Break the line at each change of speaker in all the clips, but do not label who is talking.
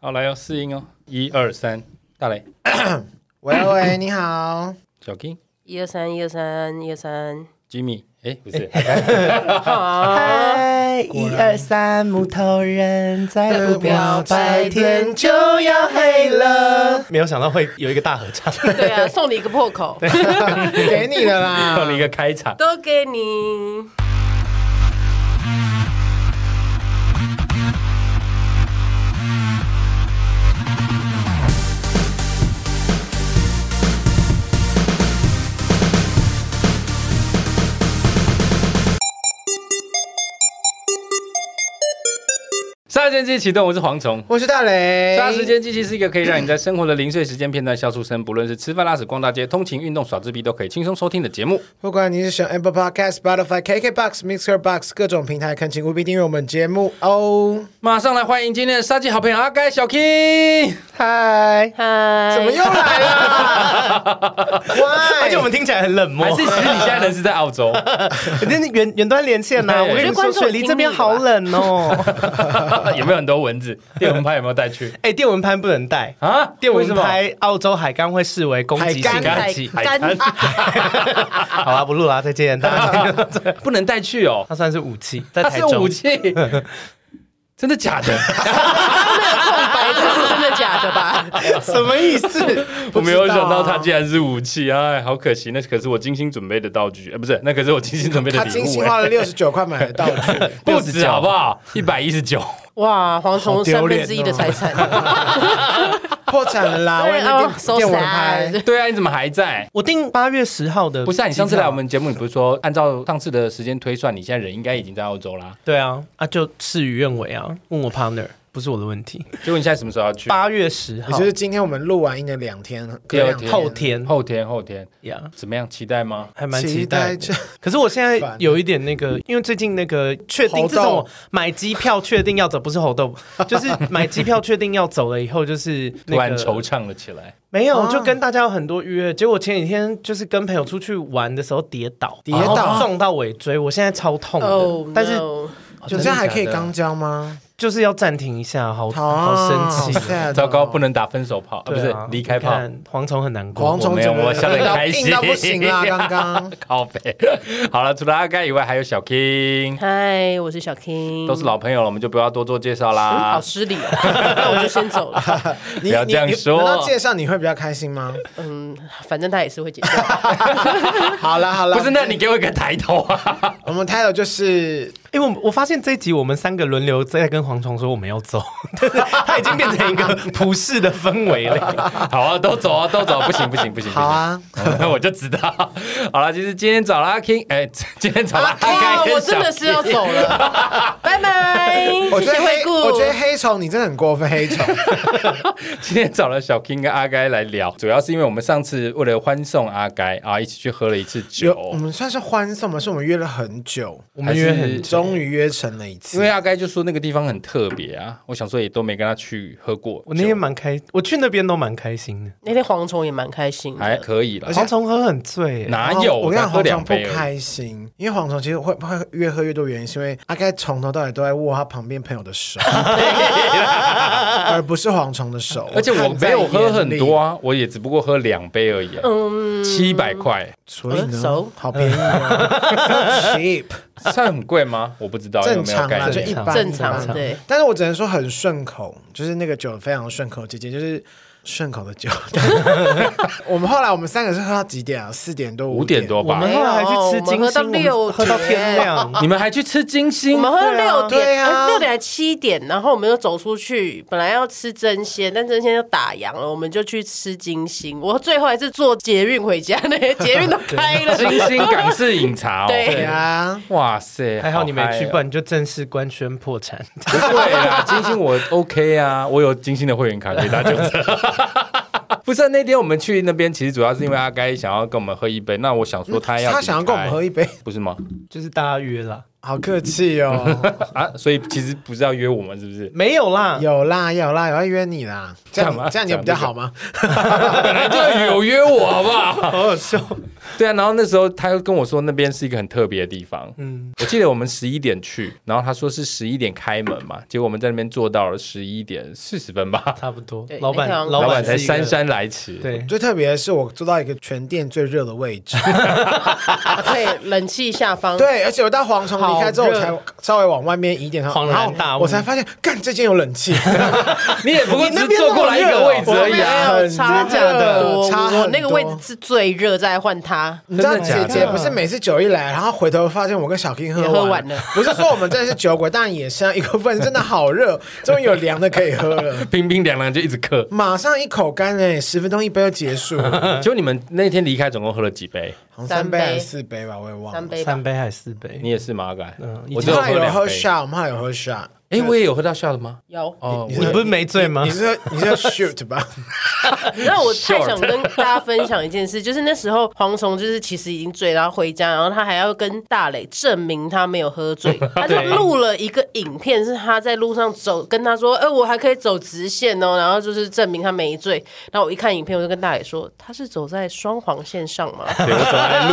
好，来哦，试音哦，一二三，大雷，
喂喂，你好，
小 King。
一二三，一二三，一二三，
Jimmy，哎，不是，
嗨，一二三，木头人再不表白天就要黑了，
没有想到会有一个大合唱，
对啊，送你一个破口，
给你的啦。
送你一个开
啊
场。
都给你。
杀时间机器启动，我是蝗虫。
我是大雷，
杀时间机器是一个可以让你在生活的零碎时间片段笑出声，不论是吃饭、拉屎、逛大街、通勤、运动、耍自闭，都可以轻松收听的节目。
不管你是选 Apple Podcast、Spotify、KKBox、Mixer Box 各种平台，恳请务必订阅我们节目哦。
马上来欢迎今天的杀鸡好朋友阿该小 King。
嗨，
嗨，
怎么又来了？
而
喂，
且我们听起来很冷 漠
还。是其实你现在人是在澳 洲，
今天远远端连线呐，
对
我跟
我觉得
你
观
说，
众
水梨这边好冷哦。
有啊没有很多蚊子？电蚊拍有没有带去
哎，电蚊拍不能带
啊
电蚊
为
拍澳洲海干会视为攻击
海
性
干
攻
海
击。
干
海
好啊啦，不录啦，再见，大家今天到这。
不能带去哦？
它算是武器，在
它
台
是
中
武。器，真的假的？
白痴是真的假的 吧？
什么意思？
我没有想到它
他
竟然是武器，哎，好可惜，那可是我精心准备的道具，哎，不是，那可是我精心准备的
他
礼
精
物
心花
哎，
了六十九块买的道具，
不止好不好？一百一十九，
哇，蝗
好
虫
丢
三
脸
分
哦
之一的财 产，
破产了啦！为 了
哦
电
，so
电蚊拍。
sad。
对啊，你怎么还在？
我定八月十号的，
不是、啊，你上次来我？们节目，你不是说按照上次的时间推算，你现在人应该已经在澳洲啦？
对啊，啊，就事与愿违啊。问我 partner，不是我的问题。
结果你现在什么时候要 去？
八月十号
也，就是今天我们录完音的两天，
第二
隔两
天
后天
后天，后天
呀，
怎么样？期待吗？
还蛮
期
期待
待
的
这。
可是我现在
烦
有一点那个，因为最近那个确定，
猴痘
自从我买机票确定要走，不是猴豆，就是买机票确定要走了以后，就是、那个、
突然惆怅了起来。
没
啊
有，就跟大家有很多约。结果前几天就是跟朋友出去玩的时候跌倒，
跌倒
然后撞到尾椎，我现在超痛的。
哦，
但是
no
就这样还可以刚交吗？
就是要暂停一下，好
好啊
好生气
好 sad 哦
糟糕，不能打分手炮，啊、不
对
是
啊
离开
你
炮。
看蝗虫很难过，
蝗
我
虫
没有
整个
我笑得很
硬到
开心
硬到不行啦！ 刚刚
靠北。 好了，除了阿盖以外，还有小 King，
嗨，我是小 King，
都是老朋友了，我们就不要多做介绍
嗯
啦
啊
好。失礼哦，那我就先 走了。
你
不要
你
这样
你
说
难道介绍你会比较开心吗？
嗯，反正他也是会解释。
好了好了，
不是，那你给我一个抬头啊！
我们 title 就是
因为我我发现这一集我们三个轮流在跟蝗虫说我们要走， 但是它已经变成一个普世的氛围了。
好啊，都走啊，都走，不行不行不行，
好啊，
嗯 我就知道。好了，其实今天找了阿 King，哎、 今天找了阿
啊
盖
哇，
跟小 King，
我真的是要走了，拜拜，
我
谢
觉得
谢惠
黑，
顾。
我觉得黑虫你真的很过分，黑虫
今天找了小 King 跟阿该来聊，主要是因为我们上次为了欢送阿该啊，一起去喝了一次
有我
酒。
们算是欢送嘛，是我们约了很久，
我们约很
终于约成了一次
因。为阿该就说那个地方很特别啊，我想说也都没跟他去喝过酒，
我那天蛮开，我去那边都蛮开心的。
那天蝗虫也蛮开心
还
的，
可以了
而，且
蝗虫喝很醉耶，
哪
然后
有？
我
才
跟你讲，
喝
蝗
两
虫不
杯而已
开心，因为蝗虫其实会会越喝越多，原因是因为阿该从头到尾都在握他旁边朋友 的手，而不是蝗虫的手。
而且我
看
没
在
有喝很多
眼里，
啊，我也只不过喝两杯而已、啊
嗯，
七百块
所以呢，
呃手
好便 宜啊，so cheap，
算很贵吗？我不知道，
正
有没有
常啊啦，
概
就
念？
一般
正
一
常
般
对。
但是我只能说很顺口，就是那个酒非常顺口，姐姐就是顺口的 酒。我们后来我们三个是喝到几点啊？四点多，
五
点
点多
我
吧
们。后来还去吃
哎没有我
金
们喝到
星，我们
六
喝到
点
天亮。
你们还去吃金
我
星？
们喝到六
对
点，
啊
呃六点还七点，然后我们又走出去，本来要吃真鲜，但真鲜又打烊了，我们就去吃金星。我最后还是坐捷运回家，那 些捷运都开了。
金星港式饮茶哦。
对
对啊，
哇塞，
还好你没去，
嗨哦
不然你就正式官宣破产。
不会啦， 金星我 OK 啊，我有金星的会员卡可以 打九折。不是那天我们去那边，其实主要是因为阿该想要跟我们喝一杯，那我想说他要
他想要跟我们喝
一
一杯，
不是吗？
就是大家约了，
好客气哦。
啊，所以其实不是要约我们，是不 是？
没有啦，
有啦有啦，有要约你啦，这样
干嘛
这样你有比较好吗？
本来就有约我，好不好？
好 好笑。
对啊，然后那时候他又跟我说那边是一个很特别的地方，嗯，我记得我们十一点去，然后他说是十一点开门嘛，结果我们在那边坐到了十一点四十分吧，
差不多
对，
老板
那条
老板
板
才
是一个
姗，姗来迟，，
对，
最特别的是我坐到一个全店最热的位置，
对，冷气下方，
对，而且我到蝗虫离开之后，
好
我
热
才稍微往外面移一点，然后
恍然大悟
我才发现，干，这间有冷气，
你也不过只
那
是
边
坐过来一个位置而已啊，
没有差
真的
多，
差很多
我那个位置是最热，再换它。
你知道
真的假
姐
的
姐不是每次酒一来，然后回头发现我跟小 King 喝
也喝完了
不是说我们真的是酒鬼，但也是啊一部分，真的好热，终于有凉的可以 喝了。
冰冰凉凉就一直咳。
马上一口干哎、十分钟一杯就结束，好
结果你们那天离开总共喝了几杯？
像
三
三杯还
杯
是四杯吧，我也忘
三
了。
杯吧
三，杯还是四杯？
你也是吗？阿改，嗯，我
我
只有
们后来
喝
有
两
喝
杯。
下，我们后来有喝下。
哎，我也有喝到笑的吗？
有。
哦，
你不是没醉吗
你？是喝 你是喝 shoot 吧？
那我太想跟大家分享一件事，就是那时候黄虫就是其实已经醉，然后回家，然后他还要跟大磊证明他没有喝醉，他就录了一个影片，是他在路上走，跟他说：“哎、我还可以走直线哦。”然后就是证明他没醉。然后我一看影片，我就跟大磊说：“他是走在双黄线上吗？”
对我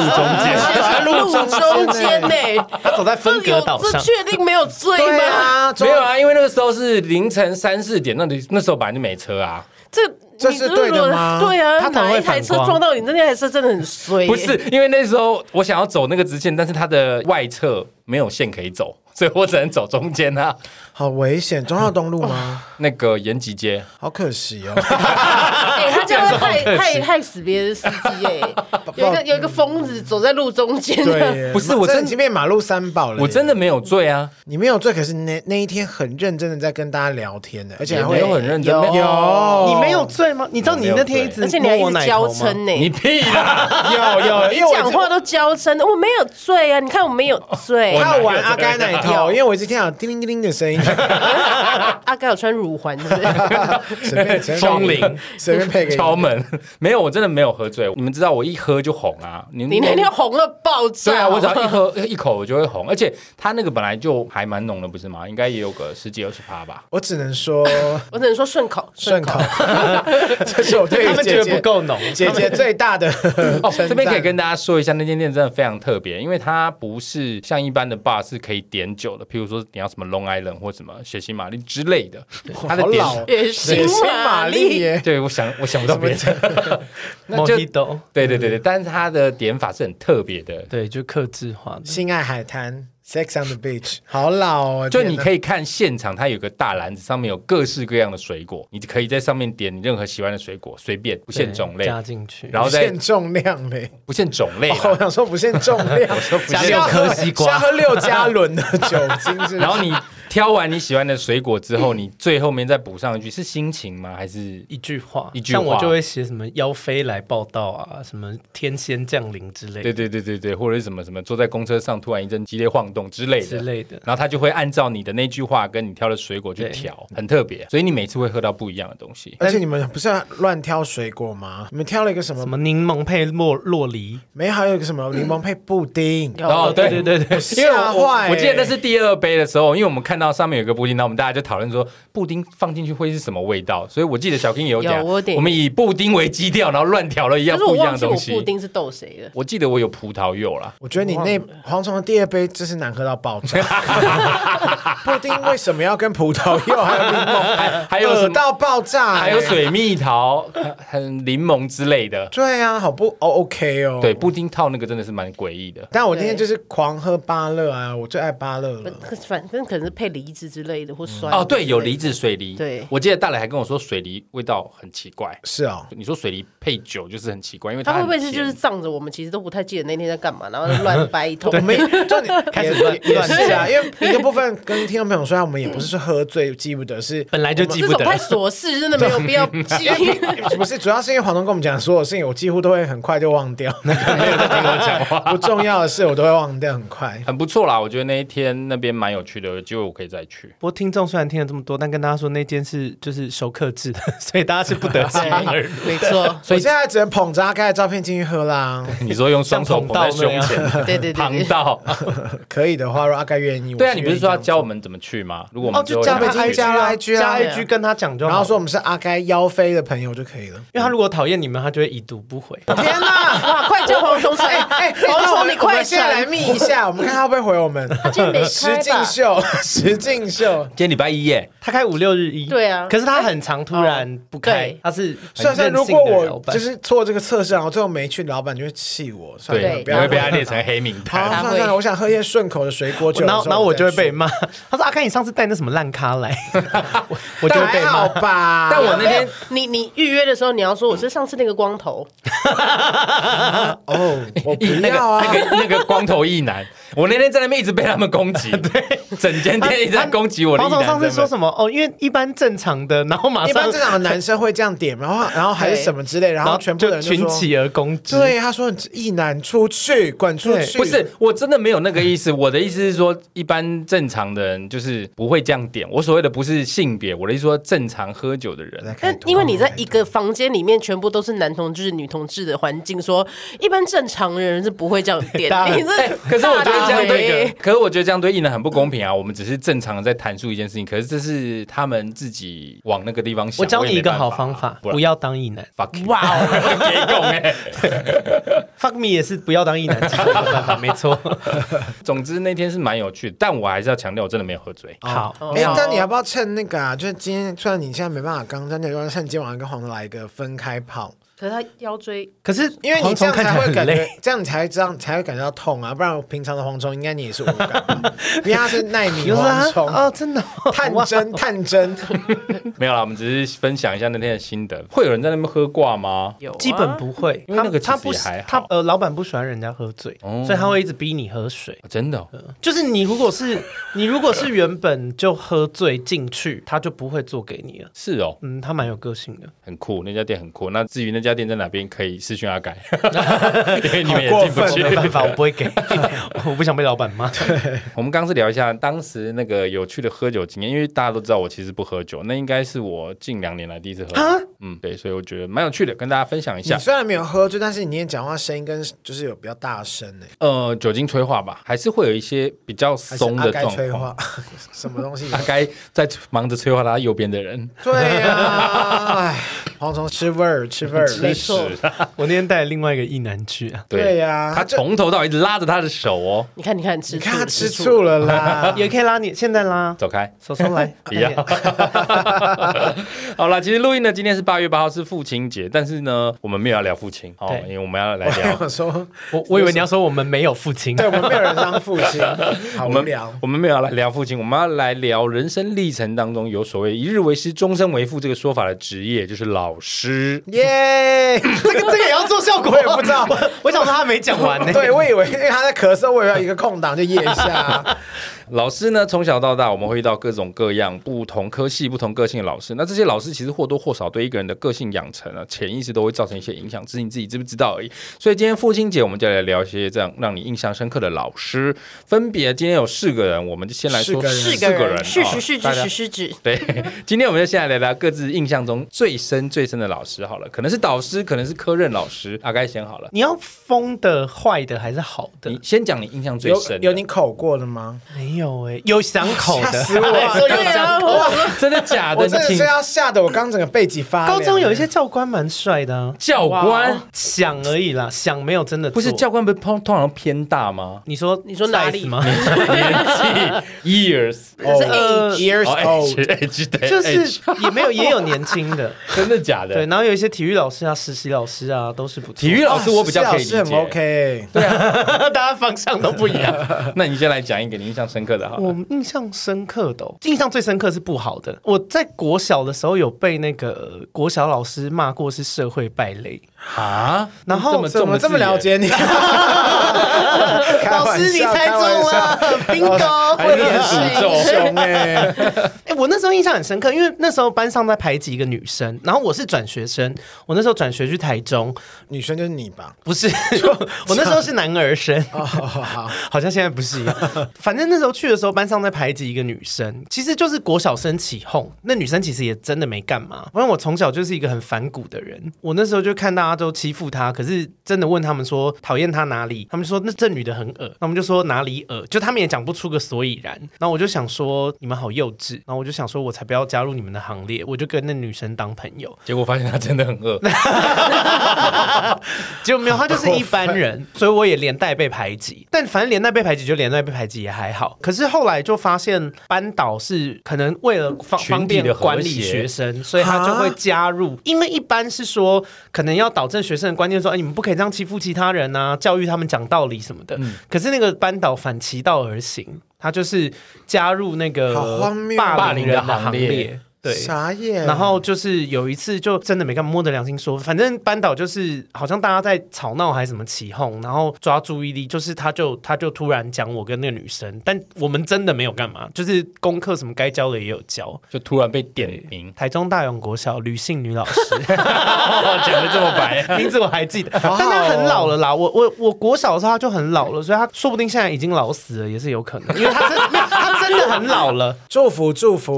走在路中间。
路中间呢，
他 走在分隔岛
这有这
上，
确定没有 醉
对
吗？
啊，
没有啊，因为那个时候是凌晨三四点，那里那时候本来就没车啊，
这
这是对的吗
对啊，
他可能
哪
会
一台
反
车
光
撞到你？那台车真的很衰耶。欸
不是因为那时候我想要走那个直线，但是它的外侧没有线可以走， 所以我只能走中间啊，
好危险！中孝东路吗？
那个延吉街。
好可惜 哦。
哎、他这样会害害害死别人司机哎、有一个有一个疯子走在路中间，
对 耶，
不是
马
我真
已经变马路三宝了耶。
我真的没有醉啊，
你没有醉，可是那那一天很认真的在跟大家聊天的，而且
也
还
没
会
有很认真。
有
没
有
你没有醉吗？你知道你那天一直
而且你还一
摸我
直
奶
娇
头吗
嗔？呢、
你屁啦！
有有，哦因为我
讲话都娇嗔，我没有醉啊！你看我没有醉，
他玩阿甘奶头，哦因为我一直听到叮铃叮铃的 声音，
阿该有穿乳环是不是？
随便 随便
风铃
随便配个
敲门，没有，我真的没有喝醉。你们知道我一喝就红啊，你
你那天红了爆炸，
对啊，我只要一喝一口我就会红，而且它那个本来就还蛮浓的，不是吗？应该也有个十几二十趴吧。
我只 能说
我只能说顺口
顺口， 这是我对
他
于
们觉
姐
得不
姐
够浓，
姐姐最大的
哦，
称赞
这边可以跟大家说一下，那间店真的非常特别，因为它不是像一般的 bar 是可以点酒的，譬如说你要什么 Long Island 或什么血腥玛丽之类的，它的
好
点。
老哦
也行
人生
玛
玛
丽
丽。耶，
对，我想我想不到别 的，那
莫
就
吉豆，
对对对对，但是它的点法是很特别的，
对，就克制化的。
性爱海滩，Sex on the Beach，好老哦，
就你
天哪
可以看现场，它有个大篮子，上面有各式各样的水果，你可以在上面点你任何喜欢的水果，随便不限种类，
加进去，
然后
不
再啊
限重量嘞。
不限种类啦，
哦我想说不限重 量，
限
是要喝
六颗西瓜
是要喝六加仑的酒精是不 是，
然后你挑完你喜欢的水果之后，你最后面再补上一句是心情吗？还是
一句话，
一句
像我
话
就会写什么妖妃来报道啊，什么天仙降临之类
对
的
对对对对，或者是什么什么坐在公车上突然一阵激烈晃动之类
之
的。
类的。
然后他就会按照你的那句话跟你挑的水果去调，很特别，所以你每次会喝到不一样的东
哎
西。
而且你们不是要乱挑水果吗？你们挑了一个什么
什？么柠檬配洛洛梨？
没，还有一个什么柠檬配布丁，
哦对
对对对，
因为我
吓
我
坏欸！
我记得那是第二杯的时候，因为我们看到上面有个布丁，那我们大家就讨论说布丁放进去会是什么味道，所以我记得小 King 也有讲，
有我有点
我们以布丁为基调，然后乱调了一样
可是我
不一样
忘
的
记我
东西。
布丁是逗谁的，
我记得我有葡萄柚 啦，
我觉得你那蝗虫的第二杯真是难喝到爆 炸。布丁为什么要跟葡萄柚还有柠檬，还
还有什
恶
么
到爆
哎
炸、欸
还有，水蜜桃、还有柠檬之类的。
对啊，好不哦 OK 哦。
对，，布丁套那个真的是蛮诡异的。
但我今天就是狂喝芭乐啊，我最爱芭乐了。
可反正可能是配梨子之类的或酸
哦，对，有
之类
梨子水梨。
对
我记得大磊还跟我说水梨味道很奇怪。
是哦，
你说水梨配酒就是很奇怪，因为
的。他
它
会不会
很
是就
甜
是仗着我们其实都不太记得那天在干嘛，然后乱掰一通？
我们重点
开始
也
乱
也是啊，因为一个部分跟听众朋友说，我们也不是说喝醉记不得，是
本来就记
这
不
种
得
太。琐事，真的没有必要记。
不是，主要是因为黄东跟我们讲的所有事情，我几乎都会很快就忘掉。没有听我 讲话，不重要的事我都会忘掉很快。
很不错啦？我觉得那一天那边蛮有趣的，就可以再去。
不过听众虽然听了这么多，但跟大家说那间是就是熟客制的， 所以大家是不得其门而入。
没错，
所
我
以
现在只能捧着阿盖的照片进去喝啦。
你说用双手捧在胸前，
对对对
旁
对，
道。
可以的话，如果阿盖愿意，
对啊，你不是说要
要
教我？们怎么去吗？如果我
哦，
们之
就
后
加
有
被
他
已经加了 IG 啦
加
对啊
IG 跟他讲就好。
然后说我们是阿盖妖妃的朋友就可以了。
因为他如果讨厌你们，他就会已读不回。
天哪！
哇，快叫黄虫出来！
哎，
黄
那我
虫，
们
你快
我们先来
闪！
密一下，我们看他会不会回我们。
竟没
石
开
敬
吧？
秀， 石敬秀，
今天礼拜一耶，
他开五六日一，
对啊
可是他很常突然不开
对，
他是
虽
很
然
任
如
性
果
的老
我
板
就是做这个测试，然后最后没去，老板就会气我。算了，
对
对，
不
你
要
会被他列成黑名
好，
单。
算了算了，我想喝一些顺口的水果酒的时
然
候
后
我再去。
然后我就会被骂。他说：“阿开，你上次带那什么烂咖来， 我我就会被
还好
骂。”
吧？
但我那天
你你预约的时候，你要说我是上次那个光头，
哦，我 不
那个
要啊
那。个那个光头一男，我那天在那边一直被他们攻击，对，整间店一直在攻击我的
黄
一
总
男。
上次说什么？哦，因为一般正常的，然后马
一般
上
正常的男生会这样点，然后然后还是什么之类，然
然
后
后
全部的
就
人就
群
说，
起而攻之。
对，他说一男出去，滚出去，
不是，我真的没有那个意 思。我的意思是说，一般正常的人就是不会这样点。我所谓的不是性别，我的意思说正常喝酒的人。
但因为你在一个房间里面全部都是男同志、女同志的环境，说一般正常人是不会这样点
当。然
你这
哎可是我觉得这样
大
对
腿，
可是我觉得这样对艺人很不公平啊！我们只是正常的在阐述一件事情，可是这是他们自己往那个地方想。
我教你一个好
我也没
方
办
法，
不然
不要当异男。
fuck，
哇哦！
给拱哎。
Fuck me 也是不要当异男，其实没有 办法，没错。
总之那天是蛮有趣的，但我还是要强调，我真的没有喝醉。
好，
哦
哎、
好
但你要不要趁那个啊？就是今天，虽然你现在没办法刚，但你要不要趁今晚跟黄总来一个分开跑？
可是他腰椎
可是
因为你
蝗
这
虫
样
看起
才
来
会
很
感觉
累，，
这样你才这样才会感觉到痛啊！不然我平常的蝗虫应该你也是无感 吧，因为它是耐
你
米
就说啊
蝗虫。
哦，真的哦
探
哇
针，探针，
没有啦，我们只是分享一下那天的心得。会有人在那边喝挂吗？
有啊
基本不会，
因为那个
他
其实
不
也还好
他呃，老板不喜欢人家喝醉，
哦
所以他会一直逼你喝水。
哦真的哦、
就是你如果是 你如果是原本就喝醉进去，他就不会做给你了。
是哦，
嗯，他蛮有个性的，
很酷，那家店很酷。那至于那家店在哪边，可以私讯阿 改，因为你们也
好过
进不
分哦
我
去
没。有办法，我不会 给，我不想被老板骂。
我们刚刚是聊一下当时那个有趣的喝酒经验，因为大家都知道我其实不喝酒，那应该是我近两年来第一次喝
啊。
嗯，对，所以我觉得蛮有趣的，跟大家分享一
你
下。
虽然没有喝醉，但是你也讲话声音跟就是有比较大声欸呢、
呃，酒精催化吧，还是会有一些比较
还
松
是
的
阿该
状
催
况。
化，什么东西？
阿该在忙着催化他右边的人，
对呀、啊，哎，蝗虫吃味儿，吃味儿，
吃屎。
我那天带了另外一个异男去啊，
对呀、
他从头到尾一直拉着他的手哦，
你看你看吃
你
醋
看他吃醋了 啦，
也可以拉你，现在哎拉，
走开。
手手来，
一样。 好了，其实录音呢，今天是八月八号是父亲节，但是呢，我们没有要聊父亲哦
对，
因为我们要
哎
来
我
聊。
想说，
我我以为你要说我们没有父亲，
对我们没有人当父亲，好
我
无
们
聊。
我们没有要来聊父亲，我们要来聊人生历程当中有所谓“一日为师，终身为父”这个说法的职业，就是老师。
耶！
这个这个也要做效果，
我也不知道。
我想说他没讲完呢。
对，我以为因为他在咳嗽，我以为有一个空档就噎一下。
老师呢，从小到大，我们会遇到各种各样不同科系、不同个性的老师。那这些老师其实或多或少对一个人的个性养成啊，潜意识都会造成一些影响，只是你自己知不知道而已。所以今天父亲节，我们就来聊一些这样让你印象深刻的老师。分别今天有四个人，我们就先来说
四
是
四
个
个人啊，
人，是是是
大
指
家
是是指，
对，今天我们就先来聊聊各自印象中最深最深的老师好了，可能是导师，可能是科任老师，大概先好了。
你要疯的、坏的还是好
你
的？
先讲你印象最
有
深的
有你口过的吗？
没有哎，有想口
吓
的，
死我了！
说有
对
想
啊，
口。
我
真的假的？
我
你
真的
请
是要吓得我刚整个背脊发凉。
高中有一些教官蛮帅的啊，
教官
哇
想而已啦，想没有真的做
不是教官，不是通通常偏大吗
你说
你说哪里
size 吗？
年纪 years
是
哦
age
years
哦
old，
H H 对，
就
H
是也没有也有年轻的，
真的假
对，
的？
然后有一些体育老师啊、实习老师啊都是不错
体育老师我比较可以理
是很
解。
OK。
大家方向都不一样。
那你先来讲一个你印象深刻的好
我
了。
印象深刻的、哦，印象最深刻是不好的。我在国小的时候有被那个呃国小老师骂过是社会败类，
啊，
然后
这么
哦怎
重
么
的
这么
字眼
了？解你？老
老师你猜中了，，bingo！
还是
会
是诅咒
很凶哎！
哎、我那时候印象很深刻，因为那时候班上在排挤一个女生，然后我是转学生，我那时候转学去台中，
女生就是你吧？
不是，我那时候是男儿身，
哦，好好好，
好像现在不是一样。反正那时候去的时候，班上在排挤一个女生，其实就是国小生起哄。那女生其实也真的没干嘛。反正我从小就是一个很反骨的人，我那时候就看大家都欺负她，可是真的问他们说讨厌她哪里，他们就说那这女的很恶，那我们就说哪里恶，就他们也讲不出个所以然。然后我就想说你们好幼稚，然后我就想说我才不要加入你们的行列，我就跟那女生当朋友。
结果发现他真的很饿，
结果没有，他就是一般人，所以我也连带被排挤。但反正连带被排挤就连带被排挤也还好。可是后来就发现班导是可能为了方
群
方
体
便
的和
管理
谐
学生，所以他就会加入，因为一般是说可能要导正学生的观念说，哎，你们不可以这样欺负其他人啊，教育他们讲道理什么的。可是那个班导反其道而行，他就是加入那
好
个
荒谬啊
霸凌人
霸凌的行
行
列
列。对，
傻眼。
然后就是有一次就真的没干嘛，摸着良心说，反正班导就是好像大家在吵闹还是什么起哄，然后抓注意力，就是他就他就突然讲我跟那个女生，但我们真的没有干嘛，就是功课什么该教的也有教。
就突然被点名，
台中大勇国小吕姓女老师，
讲的这么白，
名字我还记得，
好
但她很老了啦。我我我国小的时候她就很老了，所以她说不定现在已经老死了，也是有可能，因为她真 的没有她真的很老了。
祝福祝 福，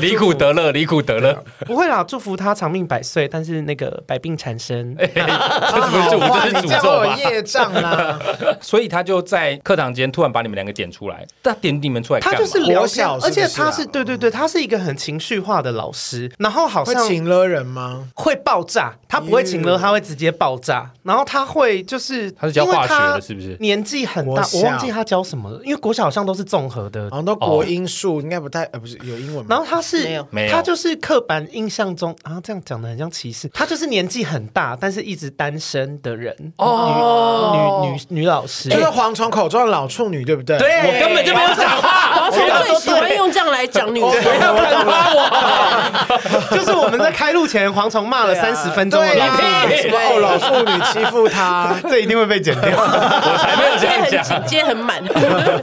离苦得乐，离苦得乐，
不会啦，祝福她长命百岁，但是那个百病缠 身。
这不是祝福，这
啊哇，
是
你这
诅
样
咒
会有
吧？
业障 啦！
所以他就在课堂间突然把你们两个点出来，他点你们出来干
他
嘛？
就是聊
国
天
小，是
而且
不是啊
他是对对对，他是一个很情绪化的老师，然后好
会
像
请了人吗？
会爆炸，他不会情了，
耶
他会直接爆炸，然后他会就是
他是教化学的
因为他
是不是
年纪很
国
大，
小哦
我忘记他教什么了，因为国小好像都是综合的
好，像都国音数，应该不太呃，不是有英文吗？
然后他是
没有
没有
他就是刻板印象中啊，这样讲的很像歧视，他就是年纪很大，但是一直单身的人哦，女女女女老
哎
师，
就是蝗虫口中的老处女，对不对？
对，
我 根本就没有讲话，
黄虫最喜欢用这样来讲 女
我，我
生。
懂了，我懂了。
就是我们在开录前，蝗虫骂了
对啊
三十分钟的
对
老
啊
屁
师，
哦，老处女欺 负他，
这一定会被剪掉。
我才没有这
接
样
很
讲。
紧，接很满，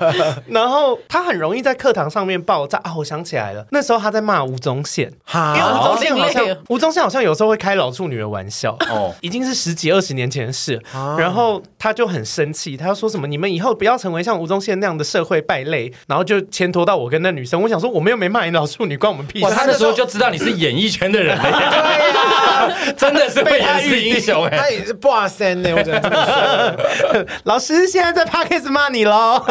然后他很容易在课堂上面爆炸啊！我想起来了，那时候他在骂吴宗宪。
啊
因为吴
哈，
宗宪好
好另类
像
哦，
吴宗宪好像有时候会开老处女的玩笑，
哦啊
哦，已经是十几二十年前的事。然后他就很生气，他就说什么“你们以后不要成为像吴宗宪那样的社会败类”，然后就牵拖到我跟那女生。我想说，我们又没骂你老处女，关我们屁事
哇，。他那时候就知道你是演艺圈的人了耶，
啊
真的是被他预英雄哎。
他也是霸三呢，我只能这么说，
老师现在在 p a c k a s 骂你 喽。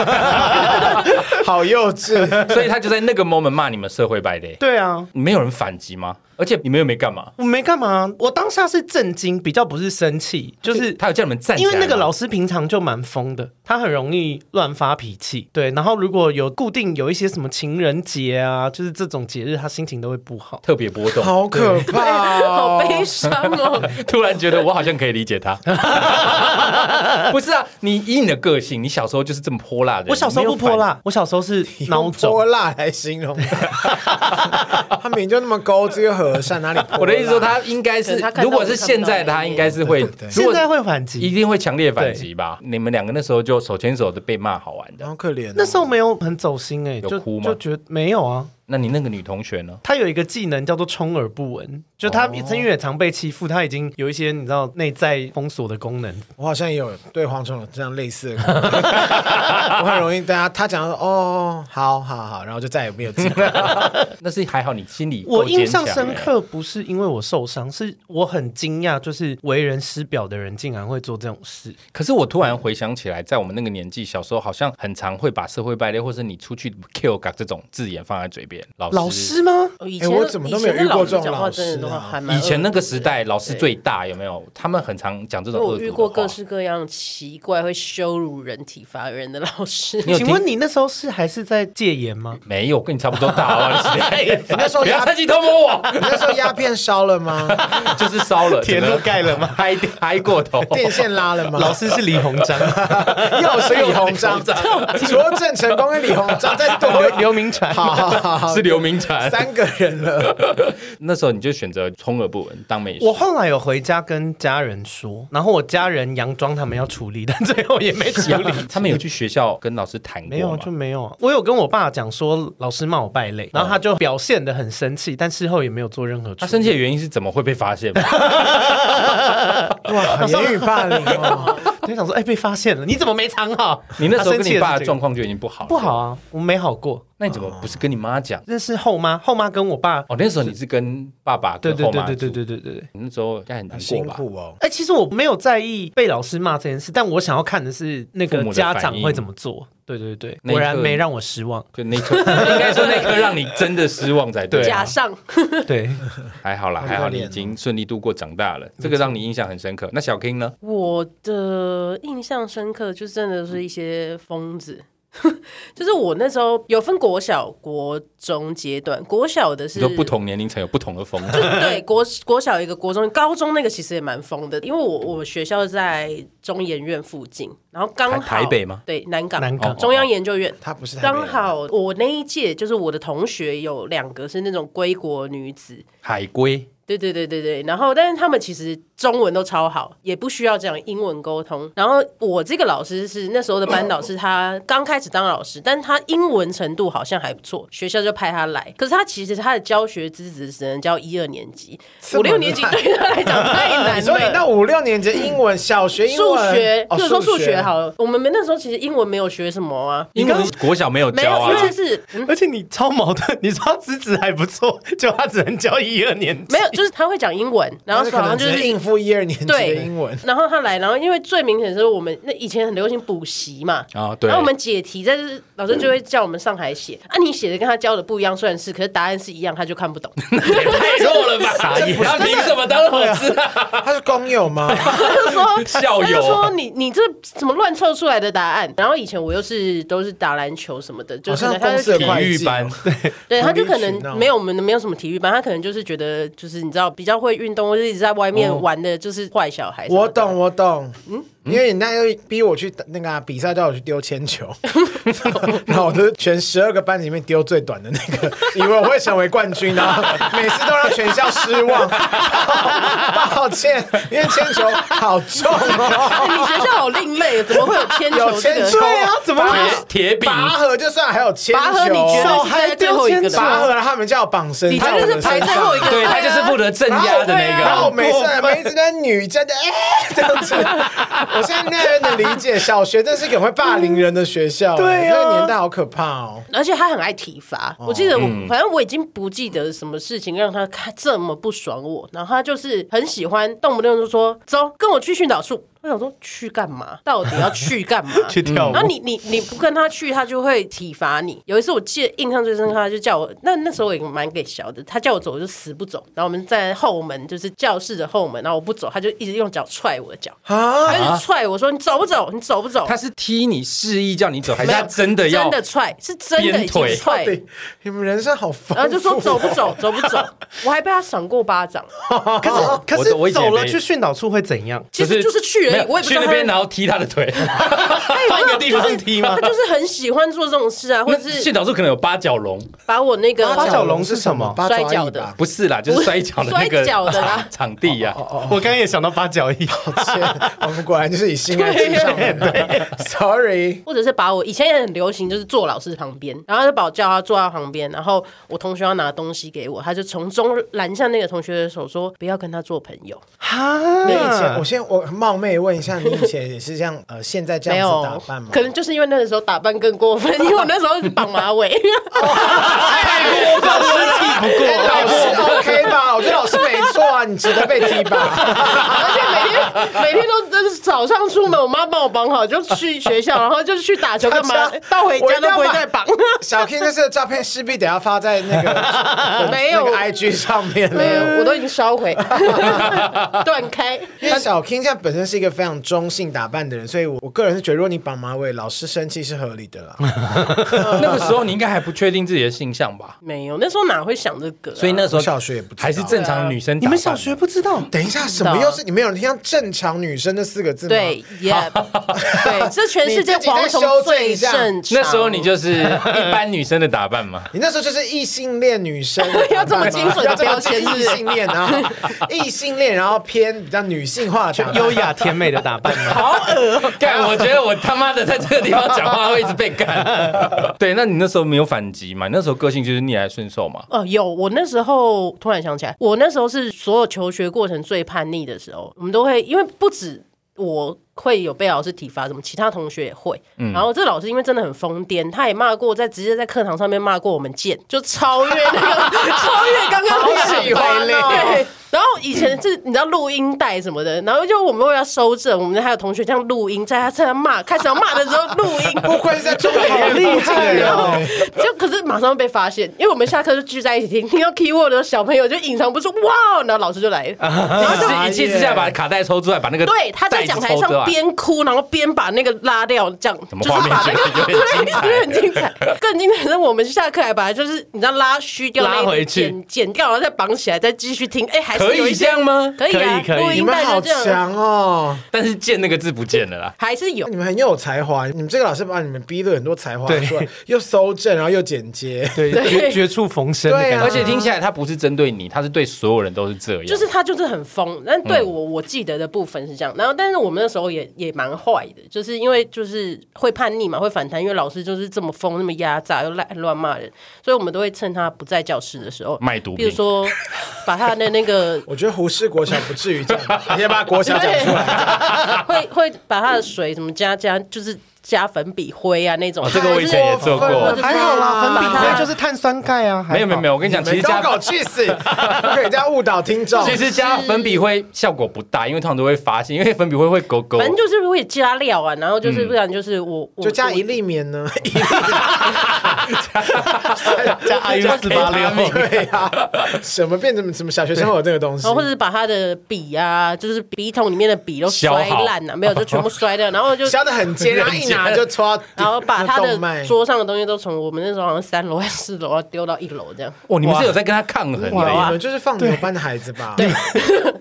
好幼稚。
所以他就在那个 moment 骂你们社会败类，
对啊，
没有人反击吗？而且你们又没干嘛，
我没干嘛，我当下是震惊，比较不是生气，就是
他有叫你们站起
因
来
为
吗，
那个老师平常就蛮疯的，他很容易乱发脾气。对，然后如果有固定有一些什么情人节啊，就是这种节日，他心情都会不好。
特别波动，
好可怕、
好
哦！
悲伤哦。
突然觉得我好像可以理解 他。不是啊，你以你的个性，你小时候就是这么泼辣的人。
我小时候不泼辣，我小时候是孬
用
种
泼。辣来形容 他，他明明就那么高知又和善，哪里泼辣？
你没有反。我的意思说，他应该
可
是
能他，看到
如果是现在的他，应该是会
对对对，
如
现
果
在会反
一
击，
定会强烈反击吧？你们两个那时候就手牵手的被骂，好玩的。
好可怜哦、
那时候没有很走心哎、
有
就
哭吗
就觉得没有啊。
那你那个女同学呢？
他有一个技能叫做充耳不闻，就他曾因为也常被欺负，他已经有一些你知道内在封锁的功能。
我好像也有对蝗虫有这样类似的感觉，我 很容易大家他讲说哦，好好好，然后就再也没有机 会。
那是还好，你心里够
我印象
坚强
深刻，不是因为我受伤，是我很惊讶，就是为人师表的人竟然会做这种事。
可是我突然回想起来，在我们那个年纪，小时候好像很常会把社会败类，或是你出去 kill 这种字眼放在嘴边。老师，
老师吗？
以
哎我怎么都没有遇过这种
以前的老师讲话真
老
的
师
都
啊
还蛮
以前那个时代，
恶毒的
老师最大有没有？他们很常讲这
因为
种恶
我
毒
遇
的
过
话
各。式各样奇怪会羞辱人体发人的老师。
你有
请问你那时候是还是在戒严吗？
没有，跟你差不多大 啊！你
那时候
不要
鸦，
趁机偷摸我，
你那时候鸦片烧了吗？
就是烧了
铁路盖 了吗？
嗨嗨过头，
电线拉了吗？
老师是李鸿 章，
又是李鸿章，除了郑成功跟李鸿章，再多
刘明传。
好好好好，好
是刘明禅。
三个人 了，
那时候你就选择充耳不闻当美食。
我后来有回家跟家人说，然后我家人佯装他们要处理，但最后也没处理。
他们有去学校跟老师谈过
没有
吗
就没有啊。嗯我有跟我爸讲说老师骂我败类，然后他就表现的很生气，但事后也没有做任何处理。
他生气的原因是怎么会被发 现吗？
哇，言语霸凌 哦！
对，想说哎、被发现了，你怎么没藏好？
你那时候
他生
跟
气的
你
是
爸
这
的
个
状况就已经不好了，
不好。啊，我没好过。
那你怎么不是跟你妈讲？
那是后妈，后妈跟我爸，
哦，那时候你是跟爸爸
对
跟
对
后
对
妈
对对
住，
对对对对。
你那时候应该很难过
辛
吧？
苦哦。
哎、其实我没有在意被老师骂这件事，但我想要看的是那
父
个
母的
家
反
长
应
会怎么做。对对对，
那一
果然
刻
没让我失 望。
就那一刻， 应该说那一刻让你真的失望才 对。
对啊
假上
对，
还好啦，
好可
还好你
啊
怜哦
已经顺利度过长大了，这个让你印象很深刻。那小 King 呢？
我的印象深刻，就真的是一些疯子。 就是我那时候有分国小、国中阶段，国小的
你
是
说不同年龄层有不同的风格，
对，国国小一个，国中高中那个其实也蛮疯的，因为我我学校在中研院附近，然后刚好
台台北吗？哦
对，南港
南港
中央研究院。
他不是台北人
刚好我那一届就是我的同学有两个是那种归国女子，
海龟
对对对对对，然后但是他们其实中文都超好，也不需要讲英文沟通。然后我这个老师是那时候的班导师， 他刚开始当老师，但他英文程度好像还不错，学校就派他来。可是他其实他的教学资质只能教一二年级，
这
五
么
六年级
烂
对他来讲太难 了。
你说你到五六年级英文，小学英
数
文，
学，
哦
比如说数学，好了，我们没那时候其实英文没有学什么啊，
英文国小没有
没
教
有，
啊
尤，其是嗯。
而且你超矛盾，你说他资质还不错，就他只能教一二年级
没有，就是他会讲英文，然后
但是可
好
能
像就
只
是
是应付一二年级的
对
英文。
然后他来，然后因为最明显的是我们那以前很流行补习嘛，
哦
啊对
然后我们解题，但是老师就会叫我们上 台写，啊，你写的跟他教的不一样，虽然是，可是答案是一样，他就看不 懂。
太弱了吧？傻眼，他凭什么当老师啊？
他是工友吗？
他就
啊
说，
校友
啊
他就说哦你你这怎么乱凑出来的答案？然后以前我又是都是打篮球什么的，就
好
是可
像
能他
公
就
司
觉
的
得
会
会
体育
计
班
哦
对，他就可
体育群哦
能没有我们没有什么体育班，他可能就是觉得就是你知道比较会运动或者一直在外面玩的，就是坏小孩。
我懂，，我懂。因为你那又逼我去那个啊、比赛，叫我去丢铅球， 然后我就是全十二个班里面丢最短的那个，以为我会成为冠军，然后每次都让全校失望。 抱歉，因为铅球好重
哎
哦，
你学校好另类，怎么 会有铅
有
球这
铅
个？
球，
对啊怎么会
拔
铁饼
拔河就算，还有铅
拔河你绝
球，
对是在最后一个的
拔
吧
河，然后他们叫我绑绳，
你绝
在我的
对是
身
排
上
最后一个，
对他就是负责镇压的那
然后我
个。
每次每次跟女真的哎、这样 子，我现在越来越能理解，小学真是个很会霸凌人的学校、哎
对啊
那个年代好可怕哦。
而且他很爱体罚。我记得我，反正我已经不记得什么事情让他看这么不爽我。然后他就是很喜欢，动不动就说：“走，跟我去训导处。”我想说去干嘛？到底要去干嘛？
去跳舞
然后你你你不跟他去，他就会体罚你。有一次我记得印象最深刻，他就叫我，那那时候我也蛮给小的，他叫我走我就死不走。然后我们在后门，就是教室的后门，然后我不走，他就一直用脚踹我的脚，
啊，
他一直踹我说：“你走不走？你走不走？”
他是踢你示意叫你走，还是他
没有
真的要
真？的踹，是真的已
鞭腿
经踹。
对，你们人生好丰富、
然后就说走不？走，走不走， 我还被他赏过巴掌。
可
我
是
的我
可
以前
是走了
被
去训导处会怎样？
其实就是去
没
而
有
已，我也不知
去
道
那
他
边，然后踢他的腿，换一个地方踢吗
他？就是很喜欢做这种事啊，或
那
者
训
是
导处可能有八角笼，
把我那个
八角笼
八爪
摔
椅
跤
吧
的
不是啦，就是摔跤的那个
摔跤的啦
场地呀、
我刚刚也想到八角翼，
抱歉，我们果然就是以性爱至上的。Sorry，
或者是把我以前也很流行，就是坐老师旁边，然后就把我叫他坐他旁边，然后我同学要拿东西给我，他就从中拦下那个同学的手，说不要跟他做朋友。
哈，
嗯
你以前我先我冒昧问一下，你以前也是这样呃，现在这
没
样
有
子打扮吗？
可能就是因为那个时候打扮更过分，因为我那时候是绑马尾。
我老师气不过，
老师哦 OK 吧？我觉得老师没错啊，你值得被踢吧？
而且每天每天都就是早上出门，我妈帮我绑好，就去学校，然后就去打球干 嘛
大家，
到回家都不会再绑。
小 K 那次的照片势必得要发在那个
没有
那个 IG 上面
没
了。
有， 我都已经烧毁，断开。
因为小 King 现在本身是一个非常中性打扮的人，所以我我个人是觉得，如果你绑马尾，老师生气是合理的啦。
嗯
那个时候你应该还不确定自己的性向吧？
没有，那时候哪会想这个啊、
所以那时候
我小学也不知道啊
还是正常女生打扮。
你们小学不知道，
等一下，什么又是你没有听到“正常女生”这四个字吗？
啊对， 耶，对，这全世界
你自己再
蝗虫
修正
最
一下。
正常。
那时候你就是一般女生的打扮嘛
你那时候就是异性恋女生，
要这么精 准的
要这么
标签是不是
异性恋，然 后异性恋，然后偏比较女性化的打扮，
优雅甜美的打扮 吗？
干，我觉得我他妈的在这个地方讲话会一直被干。 对，那你那时候没有反击嘛？你那时候个性就是逆来顺受嘛？
哦，有我那时候突然想起来，我那时候是所有求学过程最叛逆的时候，我们都会因为不止我会有被老师体罚，什么其他同学也会。然后这老师因为真的很疯癫，他也骂过，在直接在课堂上面骂过我们贱，就超越那个 超越刚刚那个
喜欢哦
对。然后以前是你知道录音带什么的，然后就我们为了收证，我们还有同学这样录音，在他在他骂开始要骂的时候录音，
不愧是在中美
好厉害
院附近的人
哦
哦。
就可是马上被发现，因为我们下课就聚在一起听，听到 keyword 的小朋友就隐藏不住，哇，然后老师就 来了，
然后
啊
就是一气之下把卡带抽出来，把那个
对，他在
袋子
讲台
抽出
上
来
边哭，然后边把那个拉掉，这样
怎
就
么
是
画 面
把
觉
那个
得有点精彩
对，很精 彩。更精彩的是，我们下课还把它就是你知道拉虚掉那一
拉回去
剪剪掉，然后再绑起来，再继续听，哎，还
可
是
以
有一些
这样吗
可以啊，
可以可以
录
你
音
们
带
好
就这
强
样，
哦！
但是“见”那个字不见了啦。
还是有
你。们很有才华，你们这个老师把你们逼了很多才华
对
出来，又搜证，然后又剪接。
对，绝绝处逢生的感
对
觉
啊
而且听起来他不是针对你，他是对所有人都是这样。
就是他就是很疯，但
嗯
对我、我记得的部分是这样。然后，但是我们那时候也也蛮坏的，就是因为就是会叛逆嘛，会反弹，因为老师就是这么疯，那么压榨，又乱乱骂人，所以我们都会趁他不在教室的时候
卖毒
比
品
如说把他的 那个。
我觉得胡适国小不至于这样吧，你先把国小讲出来。
对 会会把他的水什么加加，就是加粉笔灰啊那种。
哦这个我以前也做过
太过分了吧
还好啦，粉笔
它
灰就是碳酸钙啊。还好
没有没有没
哎
有，我跟你讲，其
你
实
们都
加
搞 去死，不可以这样误导听众。
其实加粉笔灰效果不大，因为通常都会发现，因为粉笔灰会勾勾。
反正就是会加料啊，然
嗯
后就是不然就是我、我
就加
我
一粒棉呢，
加 IU 四八六，
对呀，什么变成什么小学生会有这个东西
然哦后？或者是把他的笔啊，就是笔筒里面的笔都
削好
摔烂啊了、没有就全部摔掉，然后就
削的很尖，然后一拿就戳到
然后把他
动脉
的桌上的东西都从我们那时候好像三楼还是四楼，然后丢到一楼这样。
哦，你们是有在跟他抗衡的
你
耶。
们就是放牛班的孩子吧？对，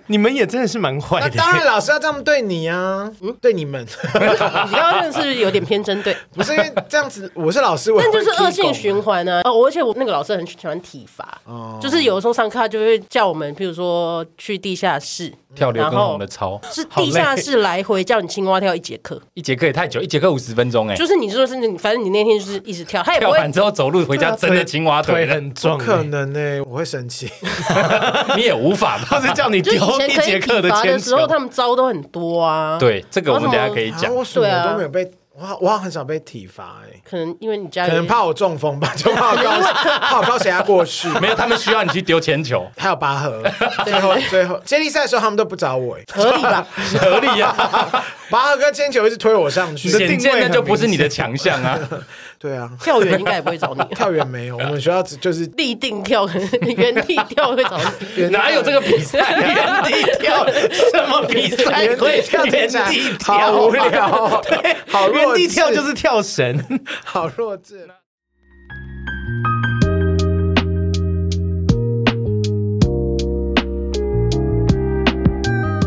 你们也真的是蛮坏
那
的。
当然老师要这么对你啊，对你 们
你刚刚真的是有点偏针对，
不是因为这样子，我是老师，我
但就
会
是恶
踢哦拱
性循环啊。哦，而且我那个老师很喜欢体罚，就是有的时候上课他就会叫我们，譬如说去地下室
跳刘
然
畊
后
宏的操，
是地下室来回叫你青蛙跳一节课，
一节课也太久，一节课五十分钟哎，
就是你说是你，反正你那天就是一直跳，他也
跳
不
完
会。
之后走路回家 真的青蛙腿
腿
了，
很壮欸
不，可能呢、我会生气。
你也无法吧
他？是叫你
就
丢
以前
一
可
节
以
课
体罚
铅
的时候，
球。
他们招都很多啊。，
对，这个我们等一下可以
啊
讲。
我什么
对啊
都没有被，我好我好像很少被体罚哎、
可能因为你家
可
里
能怕我中风吧，就怕我高 怕我高血压过世，
没有，他们需要你去丢铅球，
还有拔河。最后最后接力赛的时候，他们都不找 我、欸，
合理吧？
合理 啊。
拔河跟铅球一直推我上去。
显见那就不是你的强项啊。
对啊，
校园应该也不会找你。
跳远没有，我们学校只就是
立定跳，原地跳会找你。
哪有这个比赛啊？
原地跳什么 比赛？
原地跳，
原
听起来
地跳，
好无聊、哦，好弱
原地跳
智
就是跳绳。
好弱智。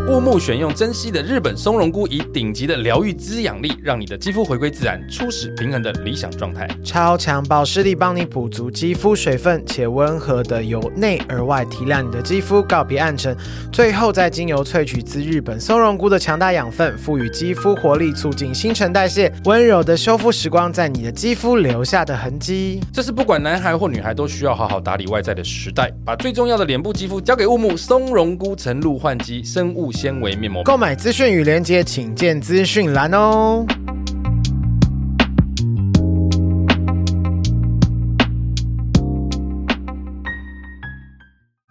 乌木选用珍稀的日本松茸菇，以顶级的疗愈滋养力，让你的肌肤回归自然、初始平衡的理想状态。
超强保湿力帮你补足肌肤水分，且温和的由内而外提亮你的肌肤，告别暗沉。最后再经由萃取自日本松茸菇的强大养分，赋予肌肤活力，促进新陈代谢，温柔的修复时光在你的肌肤留下的痕迹。
这是不管男孩或女孩都需要好好打理外在的时代，把最重要的脸部肌肤交给乌木松茸菇晨露焕肌生物纤维面膜。
购买资讯与链接，请见资讯栏哦。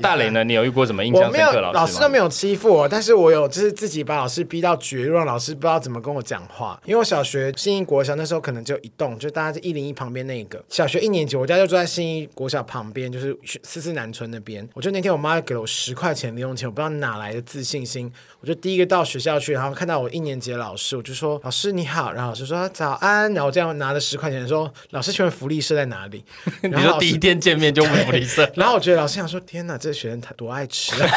大磊呢？你有遇过什么印
我
象
没
深
有
刻的
老
老
师
师
都
吗？
没有欺负我，但是我有就是自己把老师逼到绝路，让老师不知道怎么跟我讲话。因为我小学新一国小那时候可能只有一栋，就大家是一零一旁边那一个。小学一年级，我家就住在新一国小旁边，就是思思南村那边。我就那天我妈给了我十块钱零用钱，我不知道哪来的自信心，我就第一个到学校去，然后看到我一年级的老师，我就说老师你好，然后老师说早安，然后我这样拿了十块钱说老师请问福利社在哪里？
你
然后
说
老
第
师 ，
一天见面就问福利社
然后我觉得老师想说，天哪，这学生他多爱吃、啊。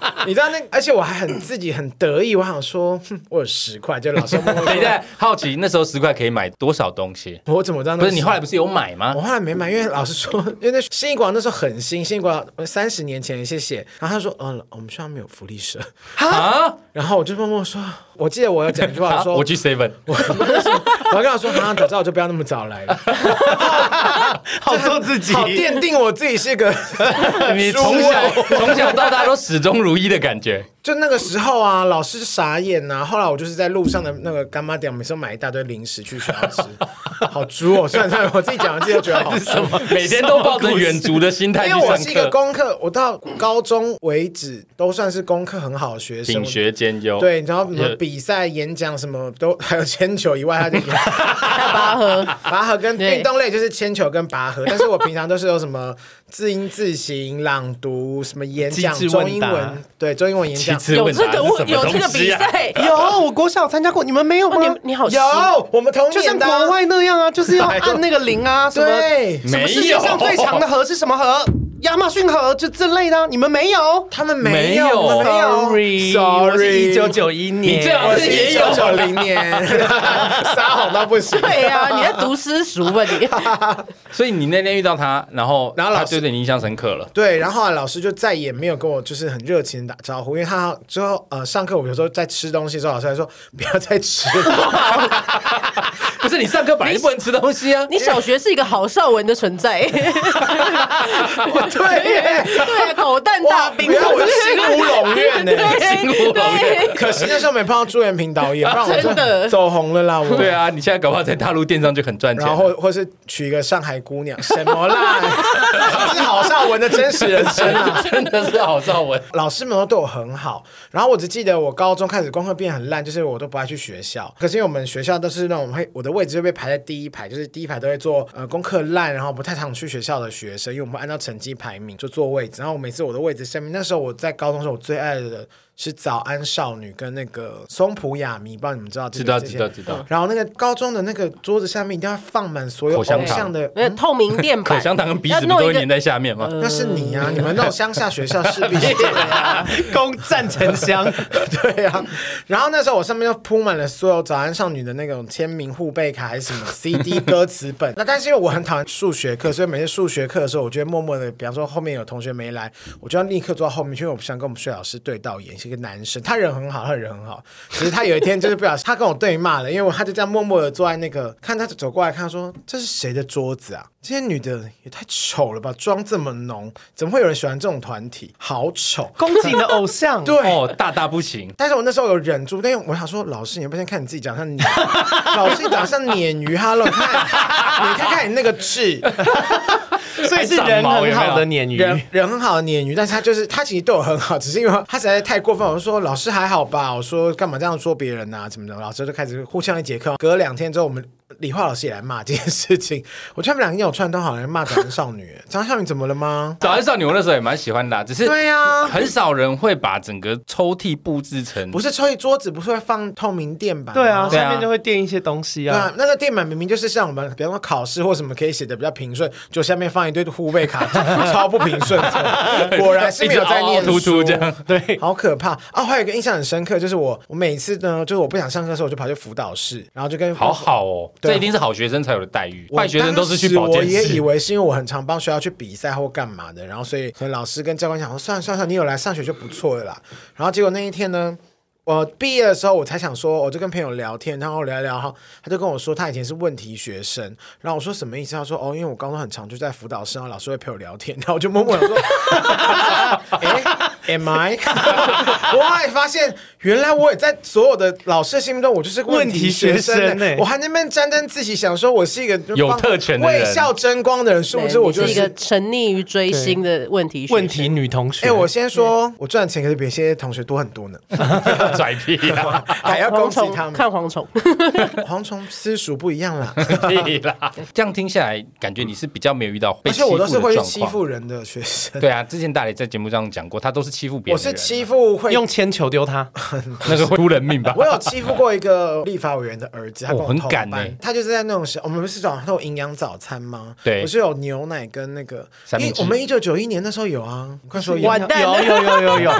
你知道那，而且我还很自己很得意，我想说，哼我有十块，就老师摸摸说
等一下，好奇那时候十块可以买多少东西？
我怎么知道那
不是你后来
10
不是有买吗
我？后来没买，因为老师说， 因为那新一广那时候很新，新一广三十年前谢谢。然后他说，嗯、我们学校没有福利社。
啊，
然后我就默默说，我记得我有讲一句话
啊
说，
我去 seven，
我我要跟他说，啊，早知道我就不要那么早来了，
好做自己，
好 奠定我自己是个
你
书
从小
友
从小到大都始终如一的感 觉。
就那个时候啊，老师傻眼呐、后来我就是在路上的那个干妈店，我每次都买一大堆零食去学校吃，好猪哦！算了算了，我自己讲完自己都觉得好吃。
每天都抱着远足的心态去
因为我是一个
上课，
功课，我到高中为止都算是功课很好的学生
品。学兼优。
对，然后什么
也
比赛、演讲什么都，还有铅球以外，他就演
大拔河，
拔河跟
对
运动类就是铅球跟拔河，但是我平常都是有什么字音字形、朗读、什么演讲、
机智
中
问
英
答
文，对中英文演
其
讲。
次
有
问
这
答
个
是什
我有
么
这个
东
比
西啊？
赛，
有，我国小参加过，你们没有
哇
吗？
你你好
有，我们同
就像
年的
国
啊
外那样啊，就是要按那个零啊，什么
对，
什么世
没
界
有
上最强的河是什么河？亚马逊河就这类的啊，你们没有
他们
没
没
有
有，我们没有
我是一九九一年，
你这样
我
子
是
也
一
有
九 九零 年，撒谎到不行。
对呀、你在读私塾吧你？
所以你那天遇到他，然后
然后
他
老师
对你印象深刻了。
对，然后啊，老师就再也没有跟我就是很热情的打招呼，因为他之后呃上课，我有时候在吃东西的时候，老师还说不要再吃 了，
不是你上课本来就不能吃东西啊，
你小学是一个郝邵文的存在，
对耶，
对，啊狗蛋大
哇，
兵
不，要我是新 乌龙院呢。
新乌龙院。
可惜那时候没碰到朱元平导 演，不然我
真的
就走红了啦。我
对啊，你现在搞不好在大陆电商就很赚钱
然
了。
后或或是娶一个上海姑娘，什么 啦？这是郝邵文的真实人生啊！
真的是郝邵文，
老师们都对我很好，然后我只记得我高中开始功课变很烂，就是我都不爱去学校。可是因为我们学校都是那种会，我的位置会被排在第一排，就是第一排都会做呃功课烂，然后不太常去学校的学生，因为我们会按照成绩排名就坐位置。然后我每次我的位置上面，那时候我在高中的时候，我最爱的是早安少女跟那个松浦亚弥，不知道你们知道这
知
个
道
这
知
些
道知道。
嗯然后那个高中的那个桌子下面一定要放满所有
口香糖
偶像的，
没有透明垫板，
口香糖跟鼻
要
子不
弄
都会
一个
粘在下面吗？
那是你啊！你们那种乡下学校势必是这样。
攻占城乡，
对啊，然后那时候我上面就铺满了所有早安少女的那种签名护贝卡还是什么 CD 歌词本。那但是因为我很讨厌数学课，所以每次数学课的时候，我就会默默的，比方说后面有同学没来，我就要立刻坐到后面去，因为我不想跟我们数学老师对到眼。是一个男生，他人很好，他人很好。只是他有一天就是不小心，他跟我对骂了，因为我他就这样默默的坐在那个，看他走过来看他说这是谁的桌子啊？这些女的也太丑了吧，妆这么浓，怎么会有人喜欢这种团体？好丑。
攻击你的偶像。
对，
哦，大大不行。
但是我那时候有忍住，但是我想说，老师，你不先看你 自己长像鲶，老师你长像鲶鱼哈喽，你看，你看看你那个痣，
嗯所以是人很好的鲶
人
鱼。
人很好的鲶鱼，但是他就是他其实对我很好，只是因为他实在太过分，我就说老师还好吧，我说干嘛这样说别人呐、啊，怎么的，老师就开始互相一节课，隔两天之后我们。理化老师也来骂这件事情，我觉得他们两个应该有串通好来骂早安少女。早安少女怎么了吗？
早安少女我那时候也蛮喜欢的啊、只是
对呀、
很少人会把整个抽屉布置成
不是抽屉桌子不是会放透明垫板吗？
对啊，
对啊
下面就会垫一些东西
对
啊。
啊，那个电板明明就是像我们，比方说考试或什么可以写的比较平顺，就下面放一堆护背卡，超不平顺的。果然是没有 在
一
念
直凹凹凸凸
书
这样。
对，
好可怕啊！还有一个印象很深刻，就是我我每次呢，就是我不想上课的时候，我就跑去辅导室，然后就跟
好好哦，
对啊
这一定是好学生才有的待遇，
我
坏学生都是去
当
保
时我
健
也以
室。
为是因为我很常帮学校去比赛或干嘛的，然后所以可能老师跟教官讲说，算了算了，算了你有来上学就不错了啦。然后结果那一天呢，我呃毕业的时候我才想说，我哦就跟朋友聊天，然后聊一聊哈，他就跟我说他以前是问题学生，然后我说什么意思？他说哦，因为我高中很常就在辅导室，然后老师会陪我聊天，然后我就默默地说， 哎、Am I？我还发现，原来我也在所有的老师心目中，我就是个问题学生
问题学生
呢、
欸
我还啊在那边沾沾自喜，想说我是一个
有特权的人
为校争光的人，殊不知我就
你是一
是
个。沉溺于追星的问题学生
问题女同学。
哎、我先说，我赚钱可是比一些同学多很多呢，
拽屁啦，
还要
蝗
恭喜
虫
他们。
看蝗虫，
蝗虫私塾不一样啦，
屁啦！这样听下来，感 觉你是比较没有遇到被
而
欺
且
负
我
的
都是
状
会去
况。
欺负人的学生。
对啊，之前大磊在节目上讲过，他都是欺负别
我
人的
是
人，
欺负会，
用铅球丢 他，
那个会出人命吧？
我有欺负过一个立法委员的儿子，他跟
哦
我
很
同
敢
班
欸
他就是在那种时，我们不是早上都有营养早餐吗？
对
我是有牛奶跟那个，
三
因
明
为
治
我们一九九一年那时候有啊，你快说有。
完蛋
有有有有有，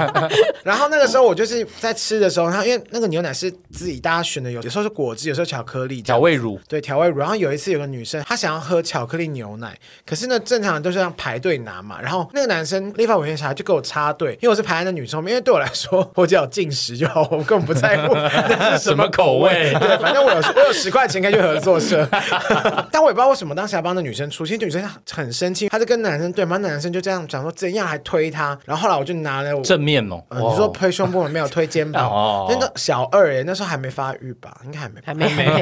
然后那个时候我就是在吃的时候，然后因为那个牛奶是自己大家选的，有有时候是果汁，有时候巧克力这
调
样
味乳
对调味乳。然后有一次有个女生她想要喝巧克力牛奶，可是呢正常人都是这样排队拿嘛。然后那个男生立法委员小孩就给我插队，因为我是排在那女生后面，因为对我来说我只要有进食就好，我根本不在乎 那是
什么口味
对，反正我有我有十块钱可以去合作社， 但我也不知道为什么当时还帮那女生出气，那女生很生气，她就跟男生对骂，那男生就这样讲说怎样还推她，然后后来我就拿了我。
正面哦，
呃、你说
哦
推胸部没有推肩膀，
哦
那个小二哎，那时候还没发育吧，应该还没吧。
还没还没，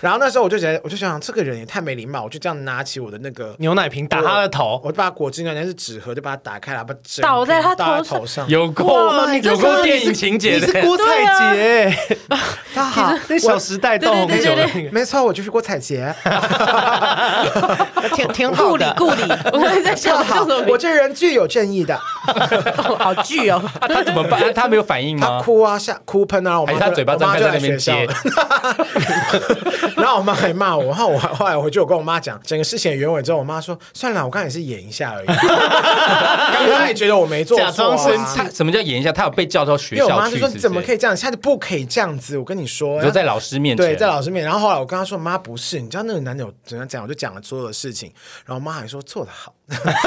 然后那时候我就觉得，我就想想这个人也太没礼貌，我就这样拿起我的那个，
牛奶瓶打他的头，
我就把果汁牛奶是纸盒，就把它打开了，把它整
倒在他
瓶倒
头上
头上。
有过
哇，你这
有
是
过电影情节
你是
的，
郭采洁，
他好，
啊那《小时代》
对
到
对
红
对
酒的
对
那个，
没错，我就是郭采 洁，
挺挺
顾
好
里
的。
顾里， 我刚才在想叫
好
什么，
我
名
这人具有正义的。
字，好巨 哦，
啊他怎么办？他没有反应
他
吗？哎
哭啊，吓哭喷啊，我妈
还是他
就
嘴巴
我妈
张开
就
在
来
那边
学校
接
了 然后我妈还骂我，然后我后来回去我跟我妈讲整个事情的原委之后，我妈说算了，我刚才也是演一下而已， 刚刚也觉得我没做错、啊，
假装生气
他什么叫演一下？他有被叫到学
因为我
校
妈
去之类
就说
的，
你怎么可以这样，下次不可以这样子，我跟你说
你，说在老师面前，
对，在老师面前。然后后来我跟他说，妈不是，你知道那个男的有怎样讲，我就讲了所有的事情。然后我妈还说做得好，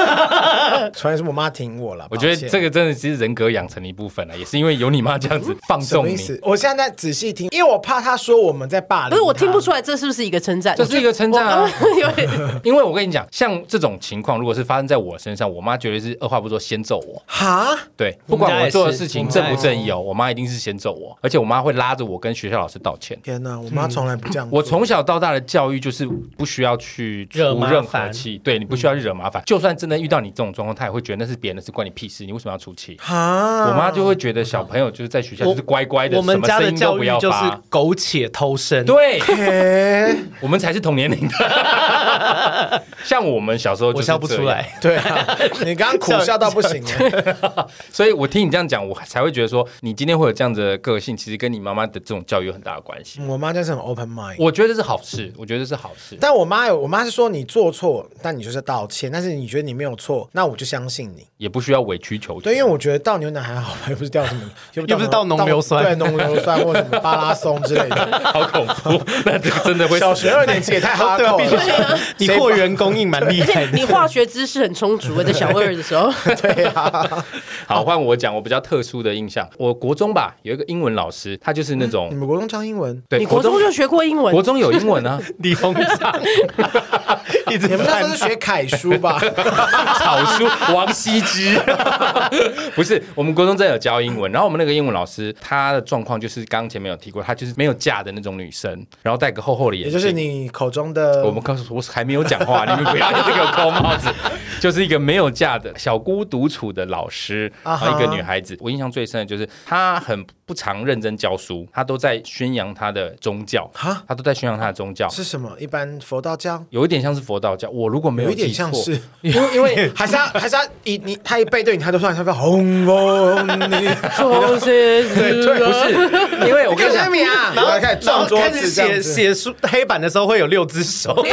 虽然是我妈挺我了，
我觉
抱
得
歉
这个真的是人格养成的一部分啊了，也是因为有你妈这样子放
什
纵
么意
你，
思？我现在在仔细听，因为我怕他说我们在霸凌他。
不是我听不出来这是不是一个称赞，
这是一个称赞啊
我刚 刚有点
因为我跟你讲，像这种情况，如果是发生在我身上，我妈绝对是二话不说先揍我。
哈，
对，不管
我
我
们家
做的
也
事
是我
情
们家
正不正义哦，我妈一定是先揍我，而且我妈会拉着我跟学校老师道歉。
天哪，我妈从来不这样
嗯
做。
我从小到大的教育就是不需要去出
惹麻烦嗯
任何气，对你不需要去惹麻烦。就算真的遇到你这种状况，她也会觉得那是别人的事，关你屁事，你为什么要出气？
哈，
我妈就会觉得小朋友就是在学校
我
就是乖乖的，
我们家
什么声
的
音都
教
不
育
要
就是
发。
苟且偷生，
对，
嘿。
我们才是同年龄的。 像我们小时候就
我
是
笑不
这
出
样
来。
对啊，你刚刚苦笑到不行欸了。
所以我听你这样讲，我才会觉得说，你今天会有这样子的个性，其实跟你妈妈的这种教育有很大的关系。
嗯我妈就是很 open mind，
我觉得这是好事，我觉得这是好事。
但我妈有，我妈是说你做错，但你就是道歉，但是你觉得你没有错，那我就相信你。
也不需要委曲求全。
对，因为我觉得倒牛奶还好，又不是掉什么，
又不是倒浓硫酸
对，浓硫酸 或什么巴拉松之类的。
好恐怖， 那这个真的会
小学二年级也太哈
对啊，
扣
必须
了。
你货源供应蛮厉
而
害
且
的。
你化学知识很充足欸，在小二的时候，
对啊，
哦
好。换我讲，我比较特殊的印象，我国中吧有一个英文老师，他就是那
你
种
们国中教英文，
对
嗯你国中就学过英文
国，中有英文 啊，
李鸿章 一直
你们那时候
翻
是学楷书吧？
草书王羲之， 不是我们国中真的有教英文，然后我们那个英文老师她的状况就是刚刚前面有提过，她就是没有嫁的那种女生，然后戴个厚厚的眼
也
镜，
就是你口中的
我们告诉我还没有讲话，你们不要一直给我扣帽子。就是一个没有嫁的小姑独处的老师，
啊
然
哈
后一个女孩子。我印象最深的就是她很不常认真教书，她都在宣扬她的宗教
哈，
她都在宣扬她的宗教。
是什么？一般佛道教
有一点像是佛道教，我如果没
有一
记
点
错
像，是，
因为 因为
还是他还是他一你他一背对你，他就突然他说轰轰你。
中学
对对，
不是 因为我
我
跟
跟
你讲
你，米啊，然后开始撞桌
然后开
子
始
这样
写
子。
写书黑板的时候会有六只手，
哎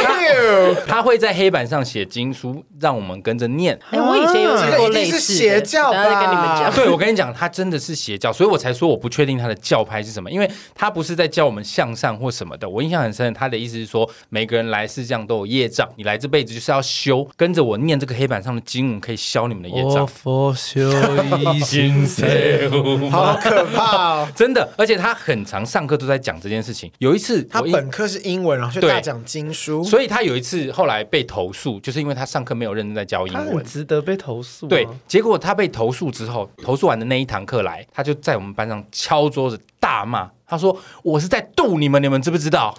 她会在黑板上写经书，让我们跟着念。
哎，我以前有
这
写
个
过
一定
类
是
似的，
邪教
等一下再跟你们
吧
讲。
啊对，我跟你讲，他真的是邪教，所以我才说我不确定他的教派是什么，因为他不是在教我们向上或什么的。我印象很深，他的意思是说，每个人来世这样都有业障，你来这辈子就是要修，跟着我念这个黑板上的经文，可以消你们的业障。
佛修一心
好可怕哦！
真的，而且他很常上课都在讲这件事情。有一次
他
我印，
本科是英文，然后就
对
大讲经书，
所以他有一次后来被投诉，就是因为他上课没有认真在教英
他
文
很。值得被投诉、啊。
对，结果他被投诉之后，投诉完的那一堂课来，他就在我们 班上敲桌子大骂，他说：“我是在逗你们，你们知不知道？”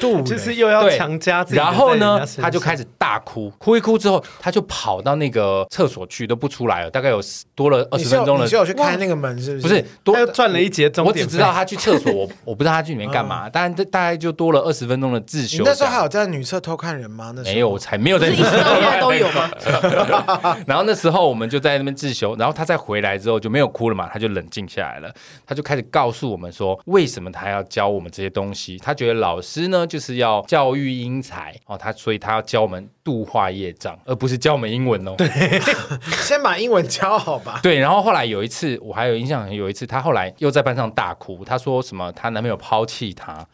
度嘞，
就是又要
对，
强加自己的在
然
人家身上。
后呢，他就开始大哭，哭一哭之后，他就跑到那个厕所去，都不出来了，大概有十多了二
你
十
是有
分钟了
你是。有去开那个门是
不
不是？
是多
他又赚了一节钟
我
点费，
只知道他去厕所， 我我不知道他去里面干嘛，但大概就多了二十分钟的自
嗯你
修。
那时候还有在女厕偷看人吗？那时候
没有，我才没有
不
在
是一直到现在都有吗？
然后那时候我们就在那边自修，然后他再回来之后就没有哭了嘛，他就冷静下来了，他就开始告诉我们说，为什么他要教我们这些东西？他觉得老师呢就是要教育英才哦，他所以他要教我们度化业障，而不是教我们英文哦。对
先把英文教好 吧。
对，然后后来有一次我还有印象，有一次她后来又在班上大哭，她说什么她男朋友抛弃 她。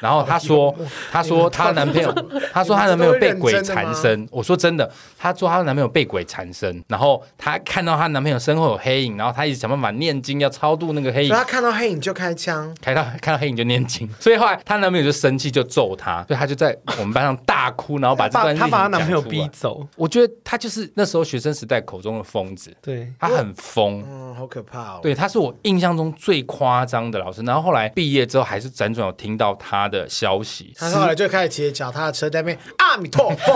然后她说，她说她男朋友，她说她男朋友被鬼缠身。我说真的，她说她男朋友被鬼缠身。然后她看到她男朋友身后有黑影，然后她一直想办法念经，要超度那个黑
所以
影
他。看到黑影就开枪，
看到看到黑影就念经，所以后来她男朋友就生气，就揍她，所以她就在我们班上大哭，然后把这
把
段
他
事情
把他男朋友
讲出来
逼。走，
我觉得她就是那时候学生时代口中的疯子，
对。
她很疯。
嗯，好可怕哦。
对，他是我印象中最夸张的老师。然后后来毕业之后，还是辗转有听到他的消息。
他后来就开始骑着脚踏车在那边阿弥陀 佛，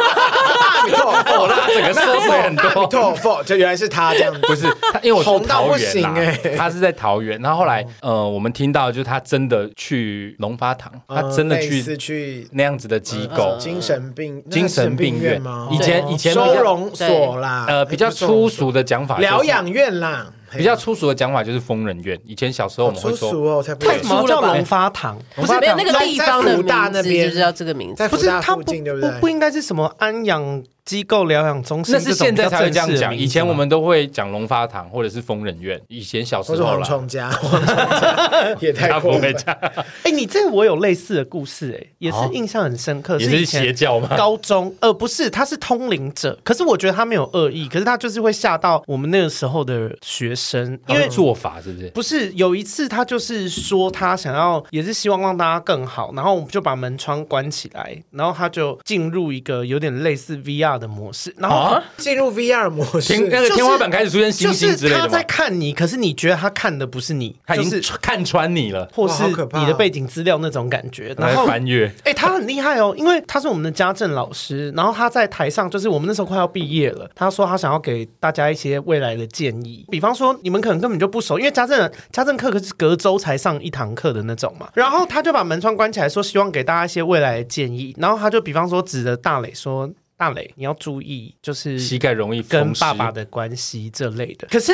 阿弥陀佛，
他整个社会很
阿弥
多。
陀佛，就原来是他这样子。
不是他，因为我住
红到
桃
不
园啦，
行欸哦
他是在桃园。然后后来，呃，我们听到就是他真的去龙发堂， 他真的
嗯类
去
似嗯去呃
那样子的机构，
精神病
精神
那是
病
病
院
吗？
以前以前比较
收容所啦，哎
呃比较
嗯不是收容
粗
所
俗的讲法，
疗，养院啦，
比较粗俗的讲法就是疯人院。以前小时候我们
粗
会说
俗哦，才不
为
会
什。么叫龙发堂？
不是没有那个地方的
在福大
名
那
字，
边
就知道这个名字。
在
不
福
是
大
他
附
不
近，对
不
对？
不应该是什么安养机构、疗养中心？
那是现在才会这样讲，以前我
们。
们都会讲龙发堂或者是疯人院。以前小时
或是
候
蝗
啦，
虫家，蝗虫家也太
他
过
不会。
分
这样，
哎、你这个我有类似的故事、哎，也是
哦
印象很深刻，
也是
以前
邪教吗？
高中，呃，不是，他是通灵者，可是我觉得他没有恶意，可是他就是会吓到我们那个时候的学生，因
因为
为。
做法是不是？
不是有一次，他就是说他想要，也是希望让大家更好，然后我们就把门窗关起来，然后他就进入一个有点类似 VR 的模式，然后
啊，
进入 VR 模式，
天那个
就是
天花板开始出现星
就
星
是
之类
他
的吗
在？看你，可是你觉得他看的不是你，
他
就
已
是
经看穿你了，
或
哇
是
好可怕
你的背景资料那种感觉，
来
然后
翻阅。
哎、他很厉害哦，因为他是我们的家政老师，然后他在台上，就是我们那时候快要毕业了，他说他想要给大家一些未来的建议，比方说你们可能根本就不熟，因为家政家政课可是隔周才上一堂课的那种嘛，然后他就把门窗关起来，说希望给大家一些未来的建议，然后他就比方说指着大磊说。大磊，你要注意，就是
膝盖容易
跟
风湿
爸爸的关系这类的。可是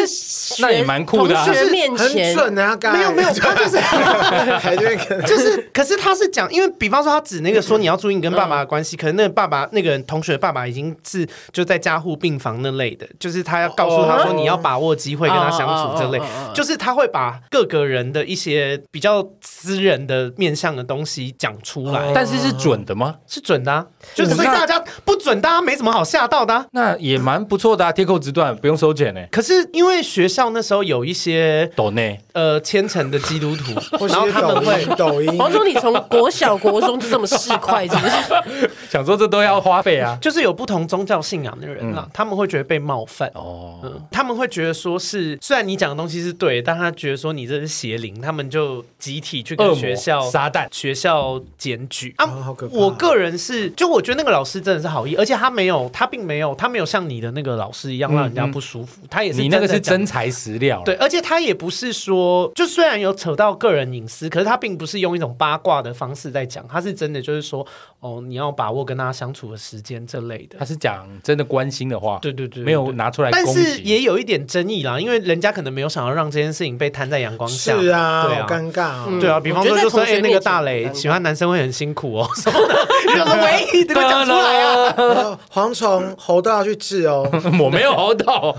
那也蛮酷的啊
同学面
很
前，
准啊！刚才
没有没有，他就是
还在那边跟
就是，可是他是讲，因为比方说他指那个说你要注意你跟爸爸的关系，可能那个爸爸那个人同学的爸爸已经是就在加护病房那类的，就是他要告诉他说
哦
你要把握机会跟他相处这类
哦哦哦哦哦，
就是他会把各个人的一些比较私人的面向的东西讲出来，
但是是准的吗？
哦是准的、啊，就
嗯
所以
那
大家不准，大家没什么好吓到的、啊。
那也蛮不错的啊，贴扣直断，不用收钱呢。欸
可是因为学校那时候有一些
抖内
呃虔诚的基 督徒，
或
然后
是
他们会
抖音抖
黄
音，
总，你从国小、国中就这么市侩，是不是？
想说这都要花费啊。
就是有不同宗教信仰的人啦，他们会觉得被冒犯。
哦，
嗯，他们会觉得说是，虽然你讲的东西是对，但他觉得说你这是邪灵，他们就集体去
恶
跟
魔
学校、
撒旦，
学校检举啊。
哦好可怕
我个人是，就我觉得那个老师真的是好意，而且他没有，他并没有，他没有像你的那个老师一样让人家不舒服，他也是
你那个
在
是
讲
真材实料。啊
对，，而且他也不是说，就虽然有扯到个人隐私，可是他并不是用一种八卦的方式在讲，他是真的就是说，哦，你要把握跟他相处的时间这类的
他。是讲真的关心的话，
对对对，
没有
对。
拿出来
但
攻
是
击。
也有一点争议啦，因为人家可能没有想要让这件事情被摊在阳光下。
是啊，
对
好
啊，
尴尬啊！
对啊，比方说
嗯我觉得
就
在
说
同学
哎，那
面
个
前
大
很
磊
尴尬
喜欢男生会很辛苦 哦什么的，就是喂，这个讲出来啊。
哦蝗虫猴都要去治哦，
我没有吼 到，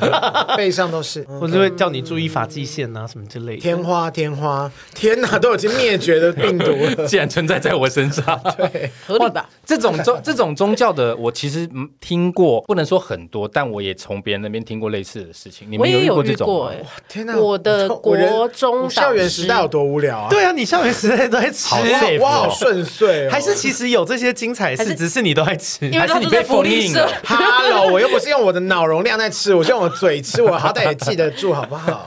背上都是。嗯
我就会叫你注意发际线啊什么之类的。
天花，天花，天哪，都已经灭绝的病毒 了。
竟然存在在我身上。
合理吧？
这种宗这种宗教的，我其实嗯听过，不能说很多，但我也从别人那边听过类似的事情。你
我
们
也
遇过这
遇
种
过
吗？
哎，
天哪，
我的
都我人
国中
我校园时代有多无聊啊！
对啊，你校园时代都在吃
好
我好，
safe
我好
哦
顺遂哦。
还是其实有这些精彩
还
事，
是
只是你都在吃。
欸因为
还是
他
你
都
被
在福利
封印
社
了。
Hello，我又不是用我的脑容量在吃，我是用我嘴吃，我好歹也记得住好不好？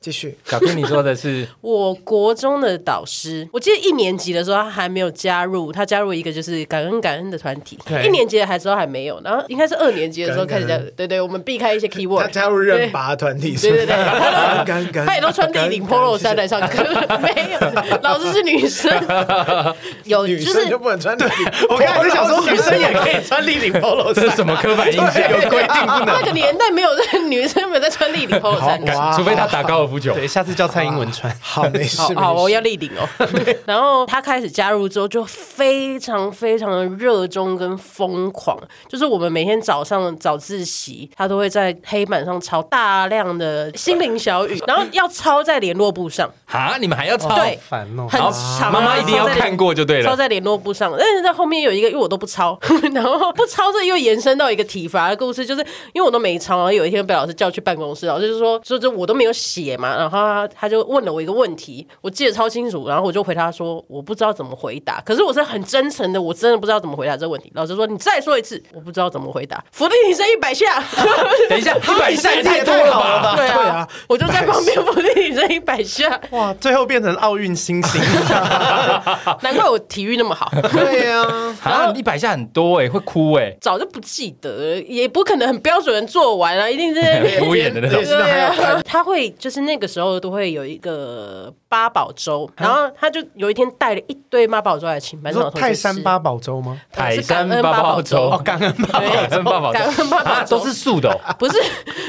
继续。
小 Q，你说的是
我国中的导师，我记得一年级的时候他还没有加入，他加入一个就是感恩感恩的团体。
对
一年级的还时候还没有，然后应该是二年级的时候开始加
感恩
入。对对，我们避开一些
他
keyword。
加入认拔团体是吗，
对对对，
感
他
恩感恩感
都
恩
他也都穿立领 polo 衫来上课，没有，老师是女生，有哦就
女生
是
就不能穿对，
我刚才在想说，女生也可以穿立领 polo
这
衫
是，什么刻板印象？
有规定不
那
能。
个年代没有 在女生没有在穿立领 polo 衫的。
哇
除非他打高尔夫球。
对，下次叫蔡英文穿。
好没事
好
没事。
好，我要立领哦。然后他开始加入之后，就非常非常的热衷跟疯狂，就是我们每天早上早自习，他都会在黑板上抄大量的心灵小语，然后要抄在联络簿上，
哈，你们还要抄？
对
烦哦。
很
好
长啊。
妈妈一定要
抄在联
看过就对
抄
了。
在联络簿上，但是在后面有一个，因为我都不抄， 然后不抄这又延伸到一个体罚的故事，就是因为我都没抄，然后有一天被老师叫去办公室，老师就说说这我都没有写嘛，然后他他就问了我一个问题，我记得超清楚，然后我就回他说我不知道怎么回答，可是我是很真诚的，我真的不知道怎么回答这个问题。老师说你再说一次，我不知道怎么 回答，伏地挺身一百下，
等一下，一百下也
这
太
也
多
太
了
好了
吧
吧？
对
对
啊
啊，
我就在 旁边伏地挺身一百下，
哇，最后变成奥运 新星，
难怪我体育那么好。
对呀，
啊，一百下很多哎，会哭哎，
早就不记得了，也不可能很标准的做完啊，一定是在那边
敷衍的那种
也。是那还要看。
他会就是那个时候都会有一个八宝粥，然后他就有一天带了一堆八宝粥来请班上的
说
同学
泰山
吃
八宝粥吗？
泰
是
山
感恩
八
八
宝
宝粥
粥
哦，，感恩吧。
感恩八宝粥
感恩八宝
啊，
粥
都是素的哦。
不是，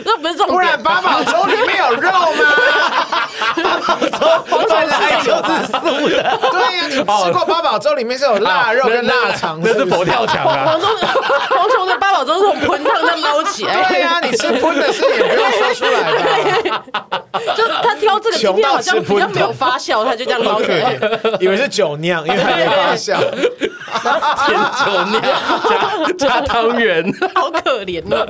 那不是重
不
点
然。八宝粥里面有肉吗？
黄
本来
山
就
粥
是素的，
对啊呀，你吃过八宝粥里面是有腊肉跟腊肠，
啊那是
不
佛跳墙啊
黄。忠黄忠的八宝粥是从盆汤上捞起来，
对啊呀，你吃荤的事也不用说出来吧，
就他挑这个今
穷
天
到
好
吃
像比较
盆
没有
汤
发酵，他就这样捞起来。
以为是酒酿，因为还没发酵。
甜酒酿加加汤圆，
好可怜哦。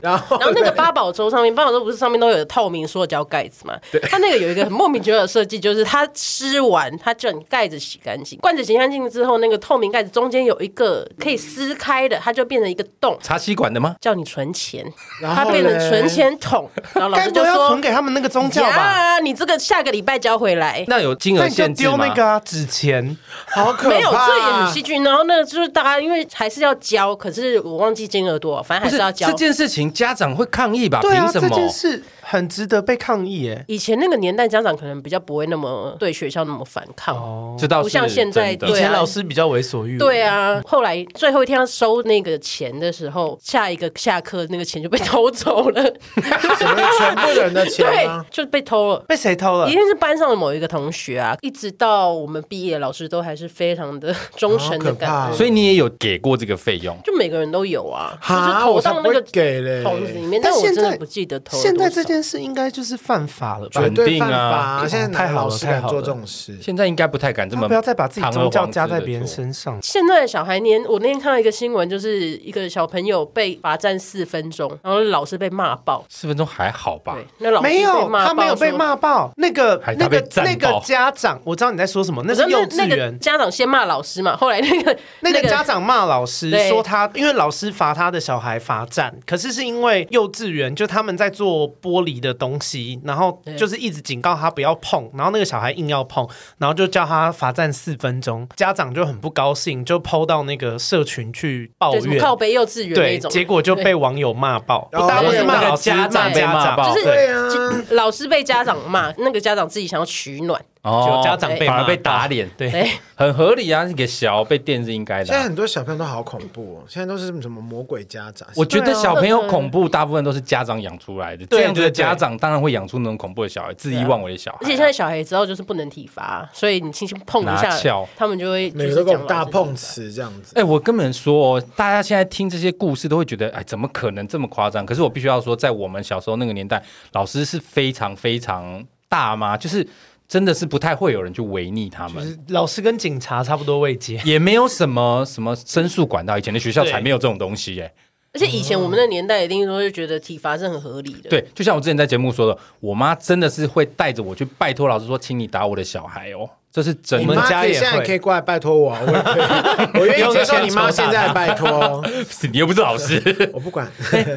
然后
然后那个八宝粥上面，八宝粥不是上面都有透明塑胶盖子嘛？它那个有一个很莫名其妙的设计，就是它吃完，它叫你盖子洗干净，罐子洗干净之后，那个透明盖子中间有一个可以撕开的，它就变成一个洞。
茶吸管的吗？
叫你存钱，
然
它
后
变成
嘞
存钱桶，然后老
该
师
不
就
会要
说
存给他们那个宗：“教吧？
呀，你这个下个礼拜交回来。”
那有金
那
额
你就
限制
丢
吗？
那个啊纸钱，
好可怕，啊
没有，这也
啊
很细菌。然后那个就是大家因为还是要交，可是我忘记金额多少，反正
不
还
是
是要交
这。件事情，家长会抗议吧？
对啊，
凭什
这
么？
件事很值得被抗议耶。
以前那个年代，家长可能比较不会那么对学校那么反抗。
这倒是
不像现在
真
以
的
对啊
前老师比较为所欲为，
对，啊，后来最后一天要收那个钱的时候，下一个下课那个钱就被偷走 了，
什么全部人的钱
对
啊
吗，？
就被偷了。
被谁偷了
一？定是班上的某一个同学啊，一直到我们毕业，老师都还是非常的忠诚
好
的
可
哦
感
怕
觉，
所以你也有给过这个费用？
就每个人都有啊，就
哈
是投到那
我才
个
不会给嘞
桶子里面，但
但
我
现
真
在
的不记得投了
现在
多
这
少
件事应该就是犯法了吧
对？
绝对犯
肯
法！
定啊
现在哪个老师
太好了啊
敢做这种事？
现在应该不太敢这
他
么
不要再把自己
堂而
宗教
皇之
加在
地
别人
做
身上。
现在的小孩年，我那天看到一个新闻，就是一个小朋友被罚站四分钟，然后老师被骂爆。
四分钟还好吧？
对，那老师
没有
被，骂
他
爆
没有被
说。
骂爆。那个
还他
那
被
个
赞
那
爆
个家长，我知道你在说什么，那
我
是
说
幼
那
稚
那个
园。
家长先骂老师嘛，后来那个
那个家长骂老师
对
说他，因为老师罚他的小孩罚站，可是是因为幼稚园就他们在做玻璃的东西，然后就是一直警告他不要碰，然后那个小孩硬要碰，然后就叫他罚站四分钟，家长就很不高兴，就抛到那个社群去抱
对什么
怨，
靠背幼稚园
对，
那种，
结果就
对
被网友骂爆，
哦
大部分是骂
那个
老师
家
骂
长被
家
骂
长，
爆
就是
对
对啊，
老师被家长骂，那个家长自己想要取暖，哎
哦
就家长被
反而
骂
被
爆
打脸，
对
对，
很合理啊，你给小被电是应该
现
的啊、
在很多小朋友都好恐怖哦，现在都是什么魔鬼家长。
我觉得
对啊
小朋友恐怖，大部分都是家长养出来的。
对啊
这样子的
对对
家长当然会养出那种恐怖的小孩，恣意妄为的小孩啊。
而且现在小孩知道就是不能体罚，所以你轻轻碰一
拿翘
下，他们就会
每个都跟我
讲
们大碰瓷这样子，
哎、我跟你们说、哦，大家现在听这些故事都会觉得，哎，怎么可能这么夸张？可是我必须要说，在我们小时候那个年代，老师是非常非常大妈，就是真的是不太会有人去违逆他们。
老师跟警察差不多位阶。
也没有什么什么申诉管道，以前的学校才
对
没有这种东西耶、
而且以前我们那年代一定都会觉得体罚是很合理的，
对，就像我之前在节目说的，我妈真的是会带着我去拜托老师说，请你打我的小孩哦，这是真
你
我
的
们
妈
家
可以
也
现在
会
可以过来拜托我，我也 可以我愿意接受你妈现在的拜托，
你又不是老 师， 哎
我不管。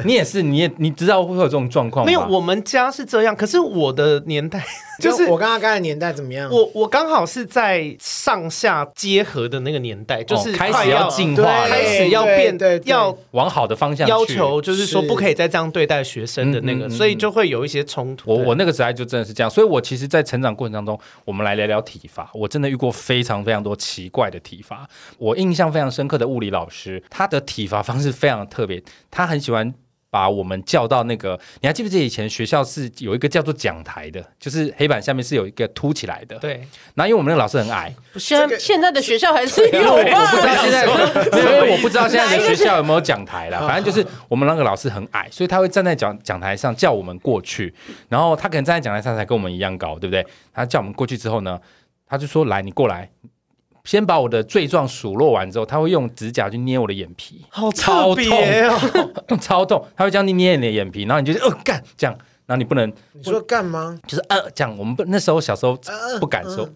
你也是，你也你知道会有这种状况吗
没有，我们家是这样，可是我的年代 就是
我跟阿刚的年代怎么
嗯
样？
我我刚好是在上下结合的那个年代，就是
哦开
快
始
要
要进化
对
开
了，
始要变
对对对
要。
往好的方向去
要求就是说
是
不可以再这样对待学生的那
嗯
个，
嗯嗯
所以就会有一些冲突。
我我那个时代就真的是这样，所以我其实，在成长过程当中，我们来聊聊体罚。我真的遇过非常非常多奇怪的体罚。我印象非常深刻的物理老师，他的体罚方式非常特别，他很喜欢。把我们叫到那个，你还记不记得以前学校是有一个叫做讲台的，就是黑板下面是有一个凸起来的。。
对
然后因为我们那个老师很矮，
现
这
在
个
现在的学校还是有
我不知道
吧？
现在， 因为我不知道现在的学校有没有讲台啦。反正就是我们那个老师很矮，所以他会站在讲讲台上叫我们过去，然后他可能站在讲台上才跟我们一样高，对不对？他叫我们过去之后呢，他就说：“来，你过来。”先把我的罪状数落完之后，他会用指甲去捏我的眼皮，
好
超
特别哦，
超痛。他会这样捏你的眼皮，然后你就呃干这样，然后你不能
你说干嘛？
就是呃这样。我们不那时候小时候不敢说，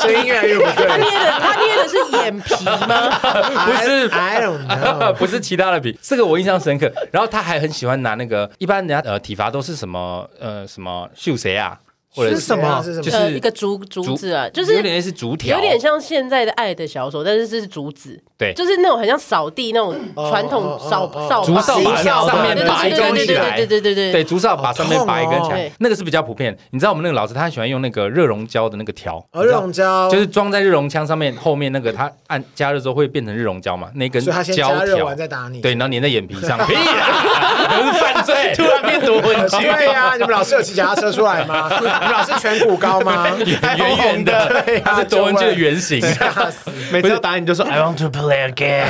声音越来越不
他
对。
捏的他捏的是眼皮吗？
不
是
I don't know。
不是其他的比，这个我印象深刻。然后他还很喜欢拿那个，一般人家呃体罚都是什么呃什么秀谁啊，或者
是什么
是什
就
么？
是
呃，一个竹竹子啊，就是
有点类似竹条，
有点像现在的爱的小手，但是这是竹子，
对
就是那种很像扫地那种传统
哦哦
扫
哦哦
扫
竹
把
扫
把
对
上
对
面
对
拔一根
对对
起来
对对对对
对，竹扫把上面拔一根起
好
来，
痛哦
那个是比较普遍。你知道我们那个老师他很喜欢用那个热熔胶的那个条，
哦，热熔胶
就是装在热熔枪上面，后面那个它按加热之后会变成热熔胶嘛，那根
所以他先
胶
加热
条
完再打你。
对，然后粘在眼皮上，屁 啦，那是犯罪，啊
突然变多文 具，
对呀，你们老师有骑脚踏车出来吗？你们老师颧骨高吗？
圆圆圆的
对，啊
它是多文具的
就会
原型。
吓死！
每次要打你就说 I want to play again，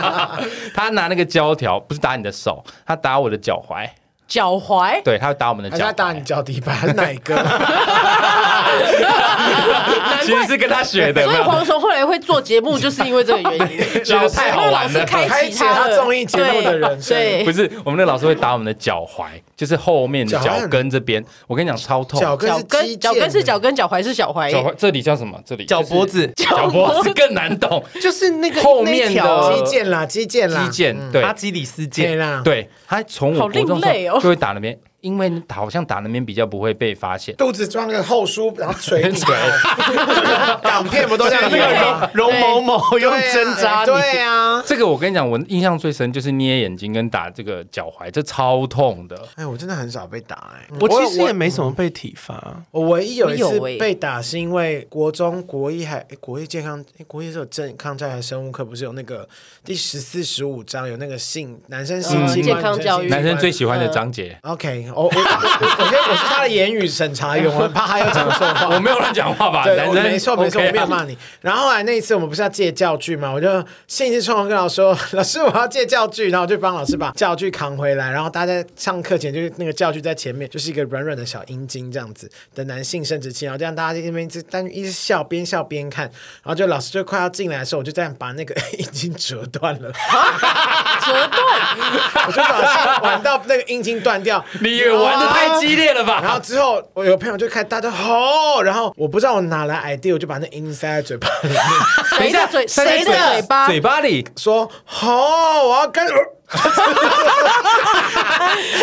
他拿那个胶条，不是打你的手，他打我的脚踝，
脚踝，
对，他会打我们的
还
脚
是
踝。
他打你脚底板？还是哪一个？
其实是跟他学的，有
所
没
以
有
黄雄后来会做节目，就是因为这个原因，
觉得太好
老
玩
师
了。
开启他
开启他综艺节目的人生
对
不
对，
是，我们那老师会打我们的脚踝，就是后面的
脚
脚
腕
跟这边。我跟你讲，超痛。
脚跟
脚
是肌
跟脚跟是脚跟，脚踝是小
脚
踝，
踝这里叫什么？这里
脚脖，
就是
子
脚脖子更难懂。
就是那个
后面的
那条
腱，肌腱啦，肌腱啦，
肌腱对
阿基里斯
对
腱，
啦，
对，他从我
好
国
另
中的
类
时
哦
候就会打那边，因为打好像打那边比较不会被发现。
肚子装个厚书，然后捶你。
捶
港片不都这 样
那
演
个
吗？
容容某某用针啊扎你，
啊对啊。
这个我跟你讲，我印象最深就是捏眼睛跟打这个脚踝，这超痛的。
哎，我真的很少被打哎、
我其实也没什么被体罚，
我唯一有一
你
次
有欸
被打，是因为国中国一还、诶国一健康、诶国一是有健康教育还是生物课，不是有那个第十四、十五章有那个性男生性
嗯
器官、
健康
女生性
教育
器官
男生最喜欢的章节，
OK，我我我我我现在我是他的言语审查员，我很怕他又讲错 话。
我没有乱讲话吧？
嗯 对，
男
我
生
没错没错，
OK
我
啊
没有骂你。然后后来那一次我们不是要借教具嘛，我就兴致冲冲跟老师说：“老师，我要借教具。”然后我就帮老师把教具扛回来。然后大家在上课前就是那个教具在前面，就是一个软软的小阴茎这样子的男性生殖器。然后这样大家在那边一直但一直笑，边笑边看。然后就老师就快要进来的时候，我就这样把那个 已经折断 了，
折断，
我就把它玩到那个阴茎断掉。
你也玩的太激烈了
然后
吧？
之后，我有朋友就看大家都吼，然后我不知道我哪来 idea，我就把那音塞在嘴巴里面，
谁的嘴
塞在
谁的嘴巴？
嘴巴 里，
说吼，我要跟。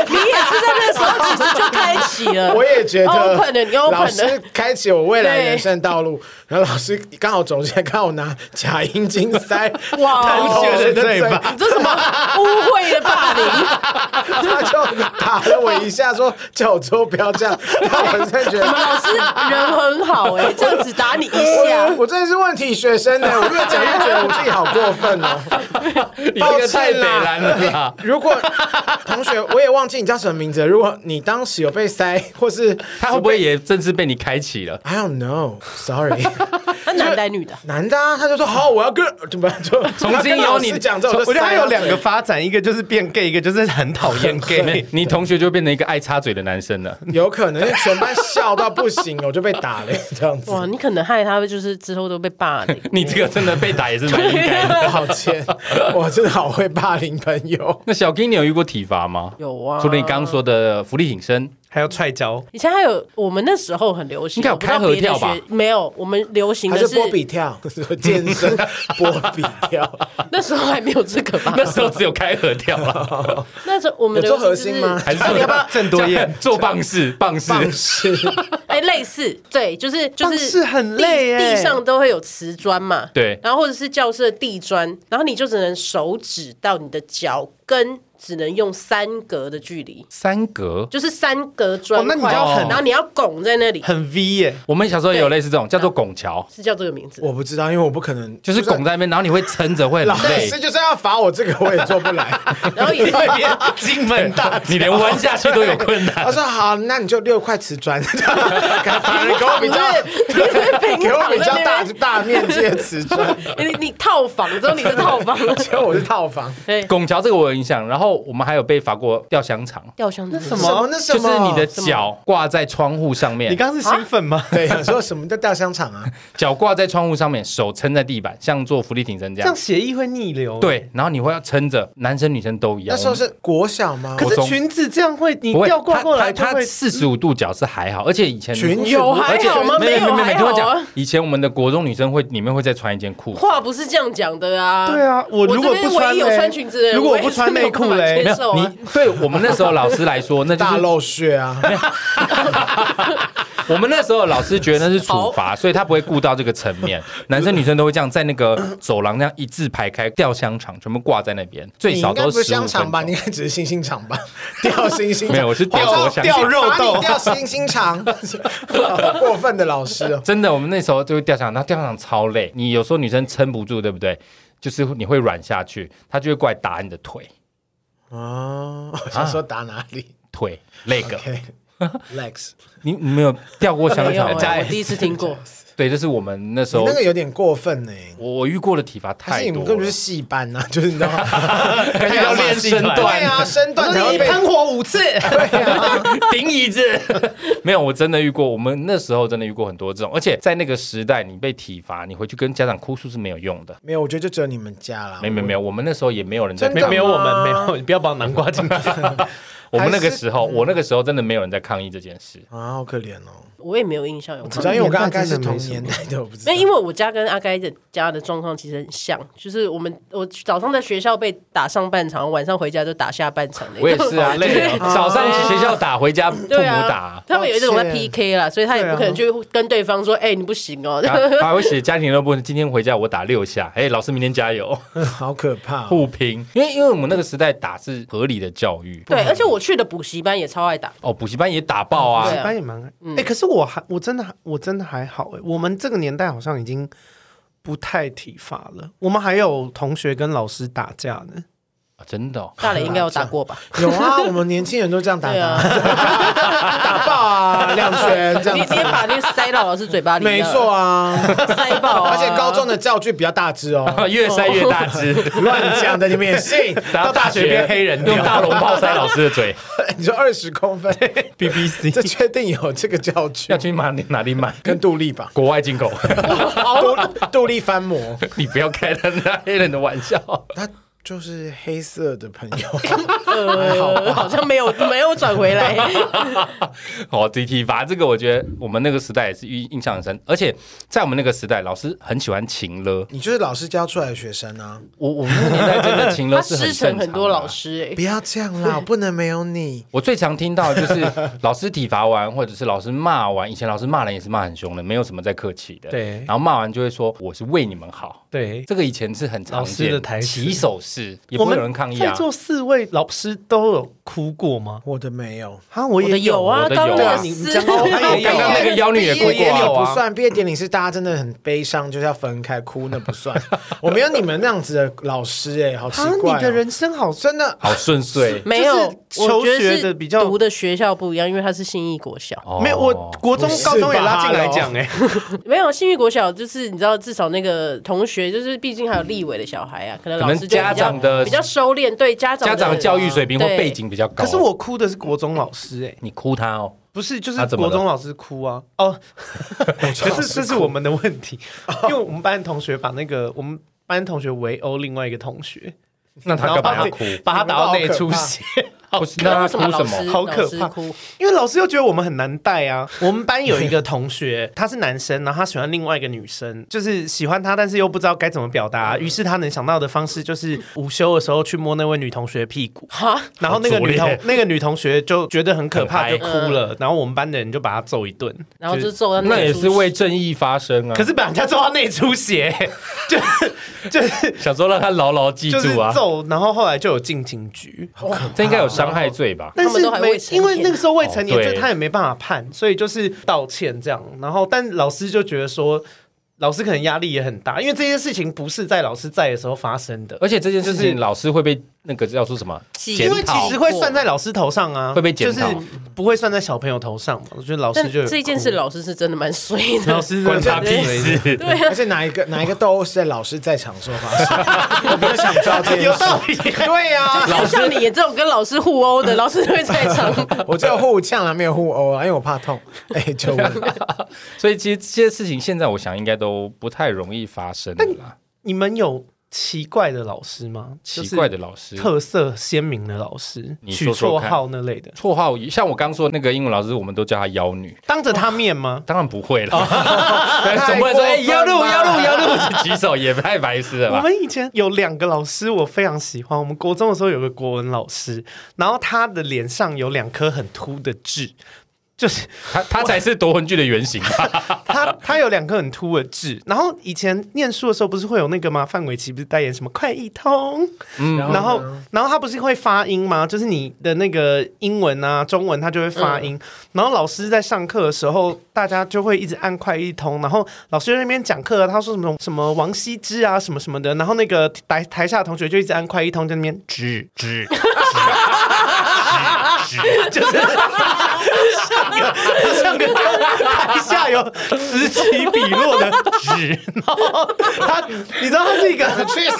你也是在那时候其实就开启了，
我也觉
open 的，你
得，老
open 的
师。开启我未来人生道路。然后老师刚好走进来，看我拿假阴茎塞
哇哦
弹头
血
人
的
的
罪
嘴
吧
巴，
你这什么污秽的 霸凌？
他就打了我一下，说叫我之后不要这样。 但我真的觉
我们
得。
老师人很好哎、这样子打你一
我
下，
我真的是问题学生呢、我越讲越觉得我自己好过分哦、
你
抱
这个太
歉
北
啦
蓝了啦。
如果同学，我也忘记你叫什么名字。如果你当时有被塞， 或是
他会不会也正式被你开启了？
I don't know, sorry，
那男的女的？
男的、啊、他就说好，我要跟怎么 就
从今有你
我要跟老师讲这，
我
就
觉得
塞
他
啊
有两个发展，一个就是变 gay，一个就是很讨 厌 gay。
哎你同学就变成一个爱插嘴的男生 了。
有可能，因为全班笑到不行，我就被打了这样 子。
哇，你可能害他就是之后都被霸凌。
你这个真的被打也是蛮应该的。
抱歉， 我真的好会霸凌朋友。
那小金，你有遇过体罚吗？
有啊
除了你刚刚说的福利挺身，
还有踹脚，
以前还有我们那时候很流行，啊
应该有
我不
开合
知道别的
跳吧
学没有，我们流行
还
的
是波比跳， 健身波比跳，
那时候还没有这个吧？
那时候只有开合跳了，
那时候 我们
有做
流行
核心
就是
吗
还是做
要不要郑多燕
做棒式？棒式
棒式，
哎，类似，对，就是就
棒
是
式很累
地
耶
地上都会有瓷砖嘛，
对
然后或者是教室的地砖，然后你就只能手指到你的脚跟，只能用三格的距离，
三格。
就是三格砖
哦
块，
那你要很
然后你要拱在那里，
很 V 耶，
我们小时候也有类似这种，叫做拱桥，
是叫这个名字。
我不知道，因为我不可能，
就是拱在那边，然后你会撑着，会
老
很累
师，就算要罚我这个，我也做不 来。
然 后也是
金门大
你连弯下去都有困难。
他说好，那你就六块瓷 砖，反而给我比 较，
对
给我比 较大大面积的瓷 砖，
你你套房，之后你是套房，
结果我是套房。
对，
拱桥这个我有印象，然后我们还有被罚过吊香肠，
吊箱那什
么
什么？那什
就
么？
是你的脚挂在窗户上面，
你刚刚是兴奋吗？
对，想说什么叫吊香肠啊？
脚挂在窗户上面，手撑在地板，像做浮力挺身这
这
样
样。血液会逆流，。
对，然后你会要撑着，男生女生都一样。
那时候是国小吗？
可
国
是
中
裙子这样会，你
不会
吊挂过来就
它
会
四十五度角是还好，而且以前
裙子
有还
而且
好吗？
没
有
没没
还
听我
好啊
讲，，以前我们的国中女生会里面会再穿一件裤子，
话不是这样讲的啊。
对啊我如果
这边
不穿
唯一有
嘞
穿裙子的人，
如果我
也
不
是
穿
没有
内裤
办法
嘞
没
接受
有
啊
你对我们那时候老师来说，那就
大
是
漏血啊！
我们那时候老师觉得那是处罚，所以他不会顾到这个层 面。男生女生都会这样在那个走廊那样一字排开吊香肠，全部挂在那边，最
你
少
应该
都
不是
十
香
五
肠吧？
分
你
钟。
应该只是星星肠吧？吊星星肠
没有我是吊
黄
我
少
想
吊
起
肉
把
豆，
你
吊星星 肠，好过分的老师哦。
真的，我们那时候就会吊香肠，那吊香肠超累，你有时候女生撑不住，对不对？就是你会软下去，他就会过来打你的腿，
哦，我想说打哪里
腿那个。
？Lex，
你你没有吊过香
没有
肠
啊，
吗？
我第一次听过。
对，这是我们那时
你
候
哦那个有点过分呢。
我我遇过的体罚
还是
太
你
多
们根本就
了
是。戏班呐， 就是你知道吗？
感觉要练身段
对啊，身段才
那
会
你
被
喷火五次，
顶椅子。 没有，我真的遇过，我们那时候真的遇过很多这种，而且在那个时代，你被体罚，你回去跟家长哭诉是没有用的。
没有，我觉得就只有你们家啦。
没没没有，我们那时候也没有人在
真
没
的
没有我们没有，你不要把南瓜 进去。
我们那个时候，我那个时候真的没有人在抗议这件 事。
啊，好可怜哦。
我也没有印象有
我不
看
知道，
过。
因为我跟阿该
年代
是
真的
同
没什么
年代的，我不知道
那。因为我家跟阿该的家的状况其实很像，就是我们我早上在学校被打上半场，晚上回家就打下半场的。
我也是 啊，累啊，早上去学校打，回家父母
对啊
打，，
他们有一种在
抱歉
PK 啦，所以他也不可能去跟对方说：“哎，你不行 哦。
然后啊还会写家庭乐部，今天回家我打六下，哎，老师明天加油，
好可怕哦。
互拼。因为因为我们那个时代打是合理的教育”，
对，而且我去的补习班也超爱打，
哦，补习班也打爆啊
对，啊
班也蛮……哎、可是我还我真的还我真的还好哎、我们这个年代好像已经不太体罚了。我们还有同学跟老师打架呢，
啊真的哦。
大磊应该有打过吧？
有啊， 我们年轻人都这样打
对
的
啊
啊，，打爆啊，两拳这
你
样
直
子
接。把那个塞到老师嘴巴 里，
没错，啊，
塞爆啊。
而且高中的教具比较大只 哦。
越塞越大只，
乱讲的，你们也信？
然后
到大学变黑人
用
掉，
大龙炮塞老师的 嘴，
你说二十公分 ，BBC，这确定有这个教具
要？去哪里哪里买？
跟杜立 吧，
国外进口，
杜杜立翻模，
你不要开他那黑人的玩笑。
他就是黑色的朋友，
呃，好像没有没有转回来。
哦，这体罚这个，我觉得我们那个时代也是印印象很深，而且在我们那个时代，老师很喜欢情勒。
你就是老师教出来的学生啊！
我我 们那个年代真的情勒
他
是很
师
正常啊
承
的
很多老。师哎、
不要这样啦，我不能没有你。
我最常听到的就是老师体罚完，或者是老师骂完。以前老师骂人也是骂很凶的，没有什么在客气的。
对
然后骂完就会说我是为你们好，
对。
这个以前是很常
老师
见
的台词
起手式，也
我
不会
们
有人抗议
在
啊。
座四位老师都有哭过吗？
我的没有，
啊，我
我的
也
有
我
啊，
的
刚刚
有啊
那个
你
们
师
讲
哦
到我也有
刚刚那个 妖女也
毕
过
业
过
典礼
啊，
不算，毕业典礼是大家真的很悲伤，就是要分开，哭那不 算。我没有你们那样子的老师哎、好奇
啊，
怪、哦
你的人生好
真的
好顺遂。
没有，
就是
我觉
求
得
学
是
的比较
读的学校不一样，因为他是信义国小，
哦
没有，我国中
不、是
高中也
吧
拉进来讲哎、
没有信义国小就是你知道，至少那个同学就是毕竟还有立委的小孩啊，可能
可
老
能
师就比
家
较
长的
比较收敛，对家长
家长的教育水平或
对
背景比较高。
可是我哭的是国中老师哎、
你哭他哦，
不是，就是
啊怎么
国
了
中老师哭啊！哦， 可是这是我们的问题， 因为我们班同学把那个我们班同学围殴另外一个同学，
那他
然后
干嘛
把
要哭？
他把他打到内出血，
不是那他
为什么
哭
老
什
师
么？
好可怕
老师哭
因为老师又觉得我们很难带啊。我们班有一个同学， 他是男生，然后他喜欢另外一个女生，就是喜欢她，但是又不知道该怎么表达，于是他能想到的方式就是午休的时候去摸那位女同学的屁股，
哈，
然后那个
好拙
女
劣
同那个女同学就觉得很可怕，就
很嗯
哭了，然后我们班的人就把她揍一顿，
然后就揍到
那也
出
是为正义发声啊！
可是把人家揍到内出血， 就是就是
想说让他牢牢记
就是
住啊，
揍，然后后来就有进警局。
这应该有伤害罪 吧？
但
他们
是
都还
没
未，成年
因为那个时候未成年，
哦
就
对
他也没办法判，所以就是道歉这样。然后，但老师就觉得说，老师可能压力也很大，因为这些事情不是在老师在的时候发生的，
而且这件事
就是
情，老师会被那个叫做什么？
记
检
因为其
讨
实会算在老师头上啊，
会被检
就是
讨
不会算在小朋友头上嘛。我觉得老师
但
就有
这件事，老师是真的蛮衰
老
的。
师
关他
他
屁事！
而且哪一个哪一个斗殴是在老师在场的时候发 生？我比较想知道这件
有
事。
道理。
对啊呀、
就像你也这种跟老师互殴的，老师会在 场。
我只有互呛啊，没有互殴啊，因为我怕 痛。哎、就问
所以其实这些事情，现在我想应该都不太容易发生的啦。
你们有奇怪的老师吗？
奇怪的
老
老师，
特色鲜明的老师，
你
取
说说
绰
看
号那类的，
绰号像我刚说那个英文老师，我们都叫她妖女。
当着他 面吗？
当然不会 了，总不能说哎妖露妖 露妖露举手也太白痴了
我
吧？
们以前有两个老师，我非常喜欢。我们国中的时候有个国文老师，然后他的脸上有两颗很凸的痣，就是
他他才是夺魂剧的原型吧？
他他有两颗很凸的痣。然后以前念书的时候不是会有那个吗？范玮琪不是代言什么快一通， 然后然后他不是会发音吗？就是你的那个英文啊、中文，他就会发音。然后老师在上课的时候，大家就会一直按快一通，然后老师在那边讲课，他说什么什么王羲之啊什么什么的，然后那个台台下的同学就一直按快一通，在那边吱吱。吱 吱就是像个像个台下有此起彼落的吱，然后他你知道他是一个
去死！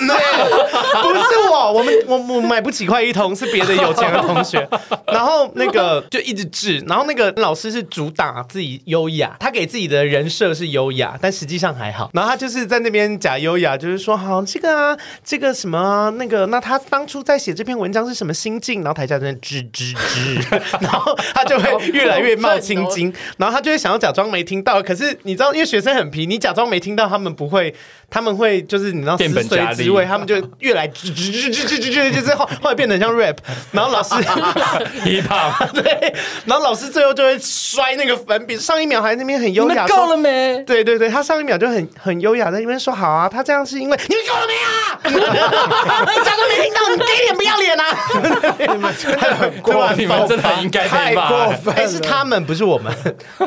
不是我，我们我我买不起快一通，是别的有钱的同学。然后那个就一直治，然后那个老师是主打自己优雅，他给自己的人设是优雅，但实际上还好。然后他就是在那边假优雅，就是说好这个啊，这个什么啊、那个，那他当初在写这篇文章是什么心境？然后台下在那吱吱吱， 然后他就会 越来越冒青筋。然后他就会想要假装没听到，可是你知道，因为学生很皮，你假装没听到，他们不会，他们会就是你知道
变
死
本加
水
厉
之位，他们就越来吱吱吱吱吱吱吱，就是后后来变得很像 rap，然 后老师
嗯 hip hop，
对，然后老师最后就会摔那个粉笔，上一秒还在那边很优雅，说
没？
对对对，他上一秒就很很优雅，在那边说好啊，他这样是因为你们够了没啊？你假装没听到，你给脸不要 脸啊！
你们真的很过分，
你们真的应该
太
被骂
过分了。
哎，是他们不是我 们，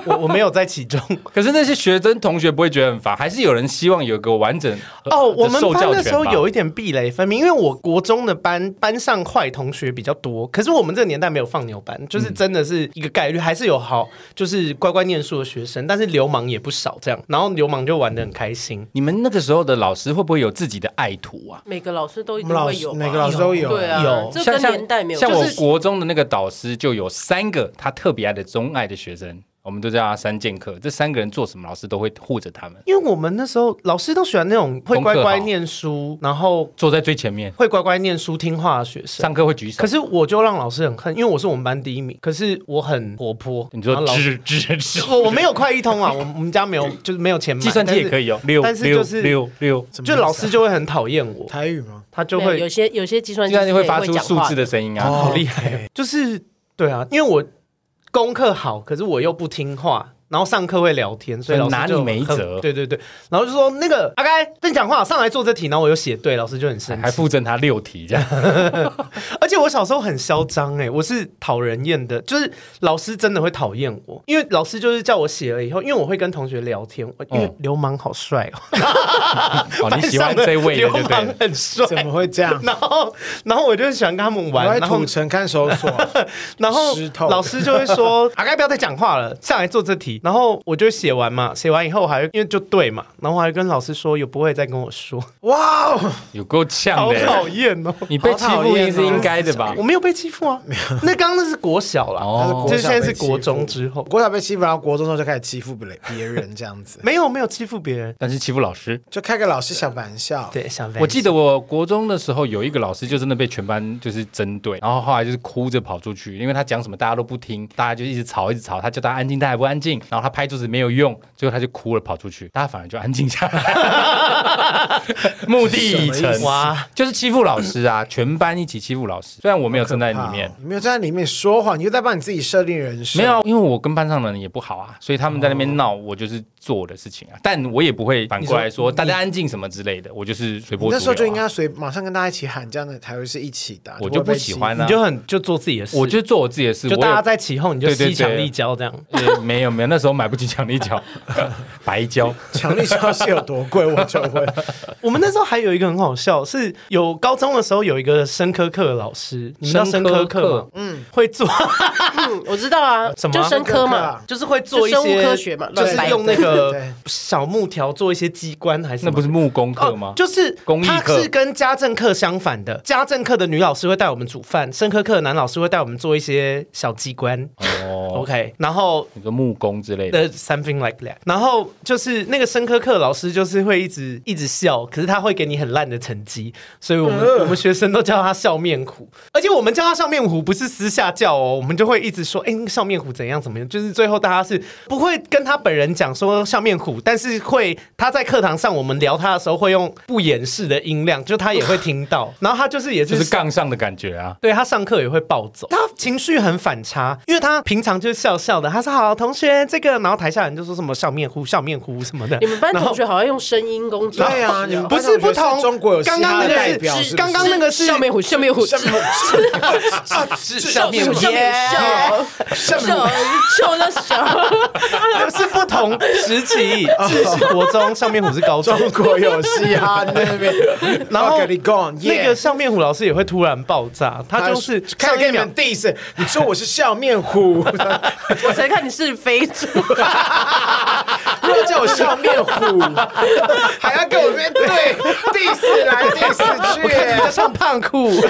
我我没有在其中。
可是那些学生同学不会觉得很烦，还是有人希望有个完整呃
哦，我们
受
班
教
的
权
时候
吧
有一点壁垒分明，因为我国中的班班上坏同学比较多，可是我们这个年代没有放牛班，就是真的是一个概率，还是有好就是乖乖念书的学生，但是流氓也不少这样，然后流氓就玩的很开心。
你们那个时候的老师会不会有自己的爱徒啊？
每个老师都一
我
定
们老
会
师
有吧，
每个老师都有，
对啊
有，
这跟年代没有
像
关
我
系。
国中的那个导师就有三个他特别爱的钟爱的学生，我们都叫他三剑客。这三个人做什么，老师都会护着他们，
因为我们那时候老师都喜欢那种会
功
乖
课
乖
好
念书，然后
坐在最前面，
会乖乖念书听话的学生。
上课会举手
可。是我就让老师很恨，因为我是我们班第一名，可是我很活泼。
你
然
说
后老师
吱吱吱，
我我没有快一通啊，我我们家没有，就是没有钱买
计算机
但
也
是
可以哦，六
但是
六
就是
六六，
什么意思
就
啊
老师就会很讨厌我，
啊
台语吗？
他就
没有有
会
些有些计算
计
机
算机会
也
发出
讲
数
话
字的声音啊。
哦
好厉害，就是对啊，因为我功课好，可是我又不听话，然后上课会聊天，所以老师
拿
就
你没
很
辙
对对对，然后就说那个阿该正讲话，上来做这题，然后我又写对，老师就很生
还
气。
附赠他六题这样，
而且我小时候很嚣张哎，我是讨人厌的，就是老师真的会讨厌我，因为老师就是叫我写了以后，因为我会跟同学聊天，我因为
嗯
流氓好帅哦，
哦，你喜欢这位的
流
就对
氓
了。
很帅。
怎么会这样？
然后，然后我就喜欢跟他们
我
玩，
在
然后
土城看守所，
然后
湿透
老师就会说：“阿该不要再讲话了，上来做这题。”题，然后我就写完嘛，写完以后我还因为就对嘛，然后我还跟老师说有不会再跟我说，
哇哦，
有够呛
好
的欸，
讨厌哦。
你被欺
好
负
讨厌
也是
哦
应该的吧
我？没有被欺负啊，那刚刚那是国小啦，
哦
就是现在是国中之后，
国小被欺负，然后国中之后就开始欺负别别人这样子，
没有没有欺负别人，
但是欺负老师，
就开个老师小玩笑。
对，想
我记得我国中的时候有一个老师就真的被全班就是针对，然后后来就是哭着跑出去，因为他讲什么大家都不听，大家就一直吵一直吵，他叫他安静他还不安静，然后他拍桌子没有用，最后他就哭了跑出去，大家反而就安静下来， 目的已
什么意
成
思
哇，
就是欺负老师 啊，全班一起欺负老师，虽然我没有站在里面
好。，你没有站在里面说谎，你就在帮你自己设定人设。
没有，因为我跟班上的人也不好啊，所以他们在那边闹，我就是做我的事情啊，但我也不会反过来说大家安静什么之类的，我就是随波逐流、啊。
你那时候就应该随马上跟大家一起喊，这样的才会是一起的啊。
我
就
就
会
不
被欺
喜
负
欢
你
啊，
就很就做自己的事，
我就做我自己的事，
就
我也
大家在起哄，你就
对对对
吸强力胶这样。
也没有没有，那时候买不起强力胶，白胶。
强力消是有多贵，我就会。
我们那时候还有一个很好笑，是有高中的时候有一个生科课的老师，你们知道生科课吗？嗯，会做
嗯，我知道啊，
什么
就生
生
科
科
嘛
啊，
就是会做一些
就生物科学嘛
就是
乱掰
用那个
对
小木条做一些机关还是什
那
么
不是木工课吗
哦？就是
公益
它
课
是跟家政课相反的。家政课的女老师会带我们煮饭，生科课的男老师会带我们做一些小机关。
哦，
OK，然后
你说木工之类的，
呃，something like that。然后就是那个生科课老师就是会一直一直笑，可是他会给你很烂的成绩，所以我们、我们学生都叫他笑面虎。而且我们叫他笑面虎不是私下叫哦，我们就会一直说，哎，那个笑面虎怎样怎么样，就是最后大家是不会跟他本人讲说笑面虎，但是会他在课堂上我们聊他的时候会用不掩饰的音量，就他也会听 到，然后他就是也
就是杠上的感觉啊。
对他上课也会暴走，他情绪很反差，因为他平常就是笑笑的，他说好同学这个，然后台下人就说什么笑面虎、笑面虎什么的。
你们班
然后
同学好像用声音攻击，
对啊，你们
不
班上
是
有
不
些
同，
中国有嘻
刚
哈
刚那
的代
个
表，
是
是
刚刚那个是
笑面虎，笑面虎，笑面
是
笑面虎，笑笑笑的笑，
是不同时期，是是国中，笑面虎是高中。
中国有嘻哈的那边，
然后
跟你讲，
那个笑面虎老师也会突然爆炸，他就是
开始
上一
跟你
秒
们 diss，你说我是笑面虎，
我才看你是非主，
不要叫我笑面虎，还要跟我面对 diss 来 diss
加上胖酷。
去，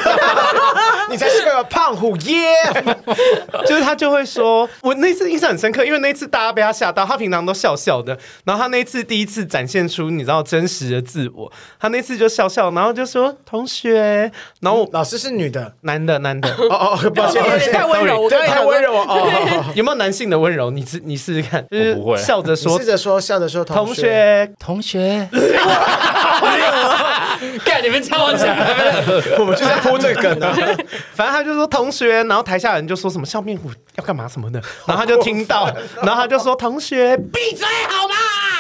你才是个胖虎耶！
就是他就会说，我那次印象很深刻，因为那次大家被他吓到，他平常都笑笑的，然后他那次第一次展现出你知道真实的自我，他那次就笑笑，然后就说同学，然后我
老师是女的，
男的男的，
哦哦，抱歉，抱歉
太温柔
sorry
我刚
对，
才
太温柔了哦。
有没有男性的温柔？你试你试试看，就是
我不会
笑着
你
说
试着说，笑着说，
同
同学，
学，
同学，干你们叫我讲，
我们就在铺这个梗啊呢。
反正他就说同学，然后台下人就说什么笑面虎要干嘛什么的，然后他就听到，然后他就说同学闭嘴好吗？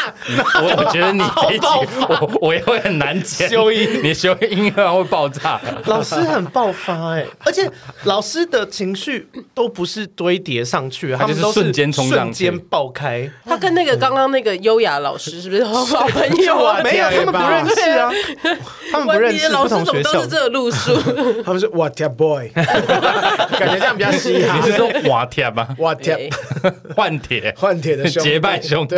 我我觉得你这一集
好
我我也会很难剪，
修音
你修音乐会爆炸。
老师很爆发哎、而且老师的情绪都不是堆叠上去，他
就是
们都是
瞬间冲上
瞬
去
间爆开。
他跟那个刚刚那个优雅老师是不是好朋友啊？
没有，他们不认识啊，他们不认
你的
识，
老
不
师
同
怎么
学
都
校
是。这个路 数？
他们是 What a boy，感觉这样比较嘻哈
你。是说瓦铁吗？
What
哎
a
换铁，
换铁的兄弟
结拜兄弟。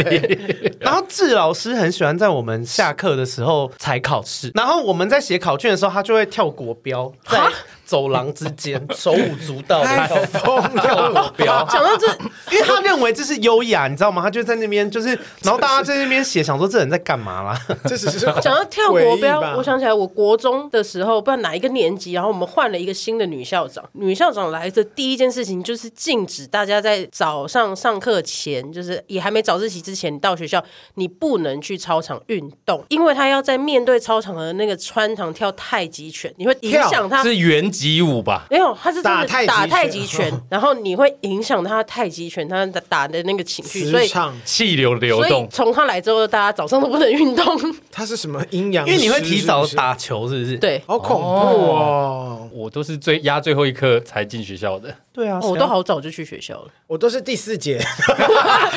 然后志老师很喜欢在我们下课的时候才考试，然后我们在写考卷的时候，他就会跳国标，在走廊之间手舞足蹈 的跳
疯了，
国标。
讲到这，
因为他认为这是优雅，你知道吗？他就在那边，就是，然后大家在那边写，想说这人在干嘛啦？
这只是
讲到跳国
诡
标
异吧，
我想起来，我国中的时候，不知道哪一个年级，然后我们换了一个新的女校长。女校长来的第一件事情就是禁止大家在早上上课前，就是也还没早自习之前，你到学校你不能去操场运动，因为她要在面对操场的那个穿堂跳太极拳，你会影响她。
是原级舞吧？
没有，她是真
打
的
太极拳
打太极拳，然后你会影响她太极拳，她打的那个情绪，所
磁
以
场，
气流流
所以
动，
从她来之后，大家早上都不能运动。
它是什么阴阳？
因为你会提早
是不是，
打球，是不是？
对，
好恐怖哦！
我都是最压最后一刻才进学校的。
对啊，
哦我
谁
都
要，
好早就去学校了，
我都是第四节，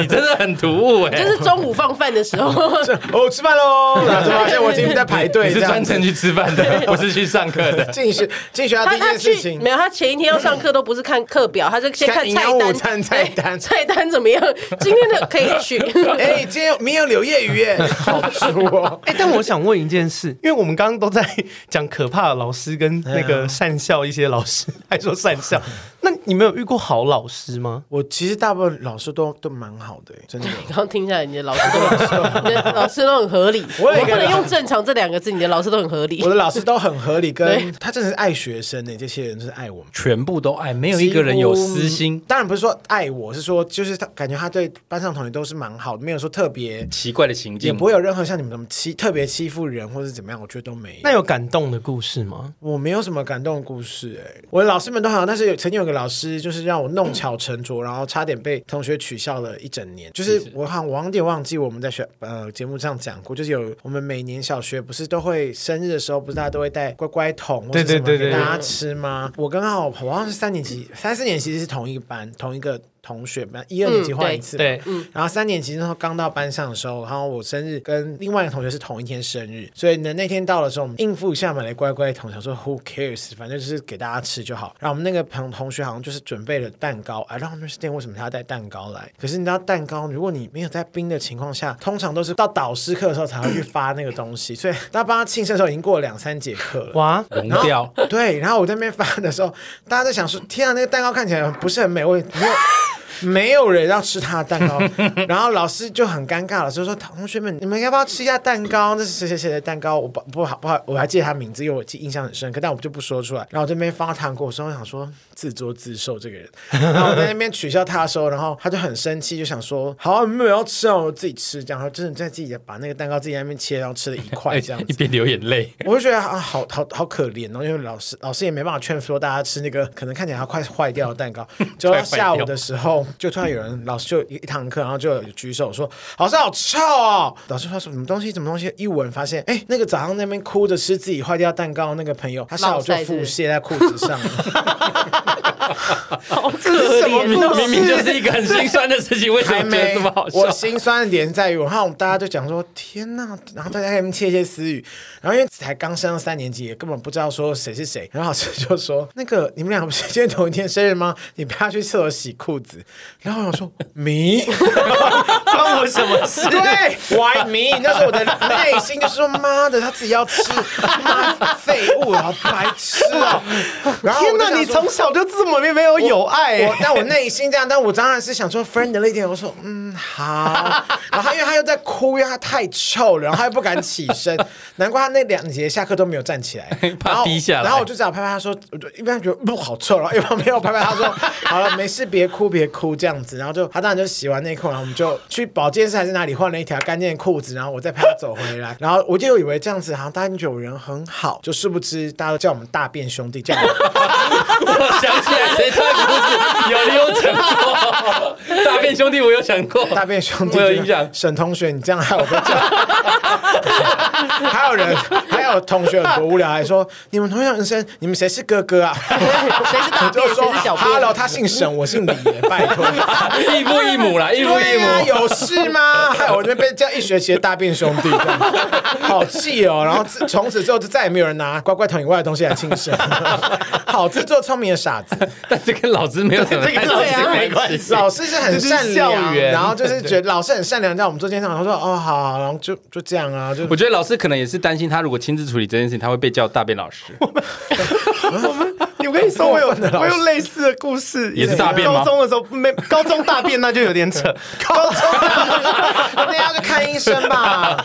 你真的很突兀哎、
就是中午放饭的时候，
哦，我吃饭喽，然后就发现我已经在排队，
你是
这样
专程去吃饭 的，不是去上课的。
进学进学校第
他
一
他
件事
去
情
没。有，他前一天要上课都不是看课表，他就先看
看营
菜
养午
单，
餐菜
对
单
菜单怎么样？今天的可以 去。
哎，今天没有柳叶鱼耶，好熟哦。
哎、但我想问一件事，因为我们刚刚都在讲可怕的老师跟 那个善校一些老师，还说善 校，那你们有遇过好老师吗？
我其实大部分老师都都蛮好的，真的。
刚刚听下来，你的老师都很合理，你的老师都很合理。
我有一
不
个
能用“正常”这两个字，你的老师都很合理
我。的老师都很合理，
对
跟他真的是爱学生呢，这些人就是爱我们。
全部都爱，没有一
几乎
个人有私心。
当然不是说爱我，是说就是他感觉他对班上同学都是蛮好的，没有说特别，
奇怪的情
也
境
不，会有任何像你们什么欺特别欺负人或者怎么样，我觉得都没有
那。有感动的故事吗？
我没有什么感动的故事哎、我的老师们都很好，但是有曾经有个老师就是让我弄巧成拙，然后差点被同学取笑了一整年。就是我好像我有点忘记我们在学呃节目上讲过，就是有我们每年小学不是都会生日的时候，不是大家都会带乖乖桶或
对
者
对
什么
对对
给
对
大家吃吗？我刚好我好像是三年级、三四年级是同一个班同一个。同学班一二年级换一次嘛、
对，
然后三年级那时候刚到班上的时候，然后我生日跟另外一个同学是同一天生日，所以呢那天到的时候，我们应付一下买了乖乖桶，想说 who cares，反正就是给大家吃就好。然后我们那个朋同学好像就是准备了蛋糕，哎，让他们是为什么他要带蛋糕来？可是你知道蛋糕，如果你没有在冰的情况下，通常都是到导师课的时候才会去发那个东西，所以大家帮他庆生的时候已经过了两三节课了。
哇，
融 掉。
对，然后我在那边发的时候，大家在想说：“天啊，那个蛋糕看起来不是很美味，没有没有人要吃他的蛋糕。”然后老师就很尴尬，老师就说：“同学们，你们要不要吃一下蛋糕？这是谁谁谁的蛋糕？我不不好不好，我还记得他名字，因为我记印象很深刻，但我就不说出来。”然后我这边发糖果的时候，我想说自作自受这个人。然后我在那边取笑他的时候，然后他就很生气，就想说：“好、啊，没有人要吃啊，我自己吃。”这样，然后真的在自己把那个蛋糕自己在那边切，然后吃了一块哎这样
哎一
子。
边流眼 泪，
我就觉得啊，好好好可怜哦，因为老师老师也没办法劝说大家吃那个可能看起来要快坏掉的蛋 糕。就到下午的时候，就突然有人老师就一一堂课，然后就有举手说：“老师好臭哦！”老师说什么东西什么东西，一闻发现，哎，那个早上那边哭着吃自己坏掉蛋糕的那个朋友，他下午就
落塞是
腹
不是
泻在裤子上了。
好可怜哦，
明明就是一个很心酸的事情，为什
还
么觉得
没
这么好，笑，
我？心酸的点在于，我看我们大家就讲说，天呐，然后大家在那边窃窃私语，然后因为才刚升三年级，也根本不知道说谁是谁，然后老师就说，那个你们俩不是今天同一天生日吗？你不要去厕所洗裤子。然后我想说，迷，
关我什么事？
对，why me？那时候我的内心就是说，妈的，他自己要吃，妈废物，好白痴哦。然后我
天
就想
哪，
说
你从小就这么没没有友爱、
我
欸，
但我内心这样，但我当然是想说 friendly 一点。我说嗯好，然后他因为他又在哭，因为他太臭了，然后他又不敢起身， 难怪他那两节下课都没有站起来
怕
然后
滴下来
然后我就只好拍拍他说，我就一边觉得不好臭，然后一旁边我拍拍他说 好了没事，别哭别哭这样子。然后就他当然就洗完内裤，然后我们就去保健室还是哪里换了一条干净的裤子，然后我再拍他走回来。然后我就以为这样子好像大家觉得我人很好，就殊不知大家都叫我们大便兄弟，叫我们
我想起来这段故事，有有讲过，大便兄弟我有想过，
大便兄弟，
我有印象
沈同学，你这样害我被叫。 还有人，还有同学很多无聊，还说你们同学很深，你们谁是哥哥啊？
谁是大
我
便，
就说
谁是小便？
，Hello，他姓沈，我姓李耶，拜托。
异父异母啦，异父异
对啊呀、
母。
有事吗？ 害我这边被叫一学期的大便兄弟，这样好气哦。然后自从此之后就再也没有人拿乖乖桶以外的东西来庆生， 好自作聪明的傻子。
但是跟老师没有 什么
这
太
个
大
老
对
师
啊
没关系。
老师是很善
这是校
良，
园
啊
然后就是觉得老师很善良，叫我们做健身，然后说哦好好，然后就就这 样啊，就
我觉得老师可能也是担心，他如果亲自处理这件事情，他会被叫大便老师。
我跟你说，我有
过分的老
我
师
有类似的故事，
也是大便吗
高中的时候没，高中大便那就有点 扯。高中
那要去看医生吧。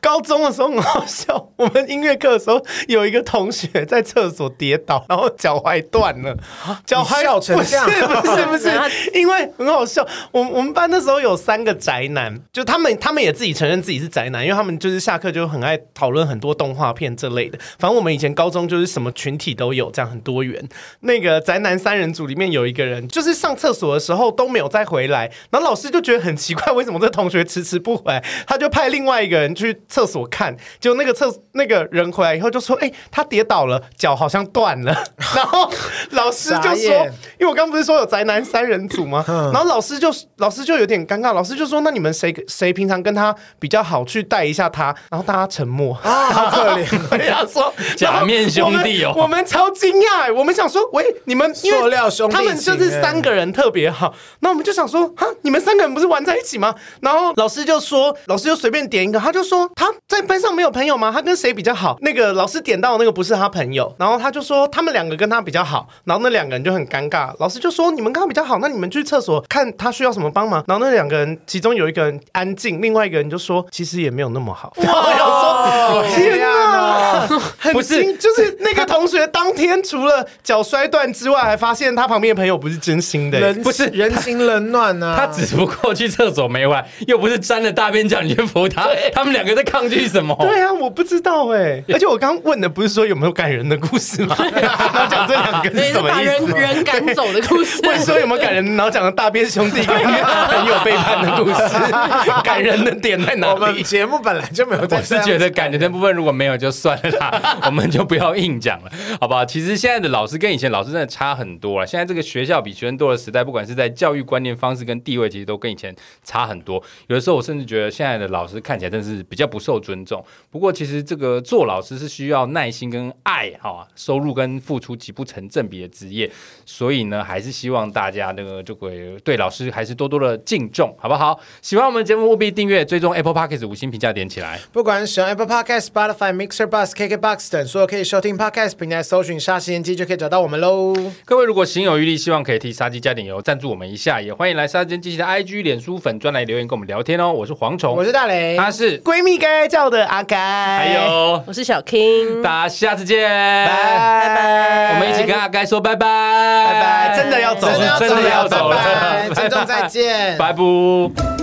高中的时候很好笑，我们音乐课的时候有一个同学在厕所跌倒，然后脚踝断了，脚踝
啊你笑成这样
不是不是不 是
他，
因为很好笑。我我们班那时候有三个宅男，就他们他们也自己承认自己是宅男，因为他们就是下课就很爱讨论很多动画片这类的。反正我们以前高中就是什么群体都有，这样很多元。员，那个宅男三人组里面有一个人，就是上厕所的时候都没有再回来，然后老师就觉得很奇怪，为什么这同学迟迟不回来？他就派另外一个人去厕所看，结果那个厕那个人回来以后就说：“哎、他跌倒了，脚好像断了。” 然后老师
傻
就说
眼：“
因为我刚不是说有宅男三人组吗？
嗯
然后老师就老师就有点尴尬，老师就说：“那你们谁谁平常跟他比较好，去带一下他。”然后大家沉默。
啊，好可怜，
我想说，
假面兄弟哦
然后我们我们超惊讶欸，我们想说，喂，你们 因为
塑料兄弟
他们就是
情欸
三个人特别好，那我们就想说，哈，你们三个人不是玩在一起吗？然后老师就说，老师就随便点一个，他就说他在班上没有朋友吗？他跟谁比较好？那个老师点到的那个不是他朋友，然后他就说他们两个跟他比较好，然后那两个人就很尴尬，老师就说你们刚刚比较好，那你们去厕所看他需要什么帮忙，然后那两个人其中有一个人安静，另外一个人就说其实也没有那么 好。
哦
天
哪啊
哪！很
不是
惊就是那个同学当天除了脚摔断之外，还发现他旁边的朋友不是真心的、欸
人
不是
人情冷暖呐、啊，
他只不过去厕所没回来，又不是沾了大便脚你去扶他，他们两个在抗拒什么？
对啊，我不知道哎、而且我刚问的不是说有没有感人的故事吗？ 然后讲这两个
对，
是
是
什么
把
意
人
思？
啊
人赶走的故事。
问说有没有感人，然后讲了大边兄弟跟很有背叛的故事， 感人的点在哪
我们
里？
节目本来就没有在
我
这
是
样
觉得感觉这部分如果没有就算了啦，我们就不要硬讲了，好不好？其实现在的老师跟以前老师真的差很多了。现在这个学校比学生多的时代，不管是在教育观念方式跟地位，其实都跟以前差很多。有的时候我甚至觉得现在的老师看起来真的是比较不受尊重。不过其实这个做老师是需要耐心跟爱哈、收入跟付出极不成正比的职业，所以呢，还是希望大家那个就会对老师还是多多的敬重，好不好？喜欢我们的节目务必订阅、追踪 Apple Podcast 五星评价点起来。
不管使用 Apple Podcast、Spotify、Mixer、Bus、KKBox 等所有可以收听 Podcast 平台，搜寻“杀时间机”就可以找到我们喽。
各位如果行有余力，希望可以替杀鸡加点油，赞助我们一下，也欢迎来杀鸡机器的 IG、脸书粉专来留言跟我们聊天哦。我是蝗虫，
我是大雷，
他是，
闺蜜该叫的阿该，
还有
我是小 King，
大家下次见，
拜拜，
我们一起跟阿该说拜拜，拜
拜拜，真的要走
真的
了，
要走
真的要
了，
走了
拜拜，郑重再见，
拜拜。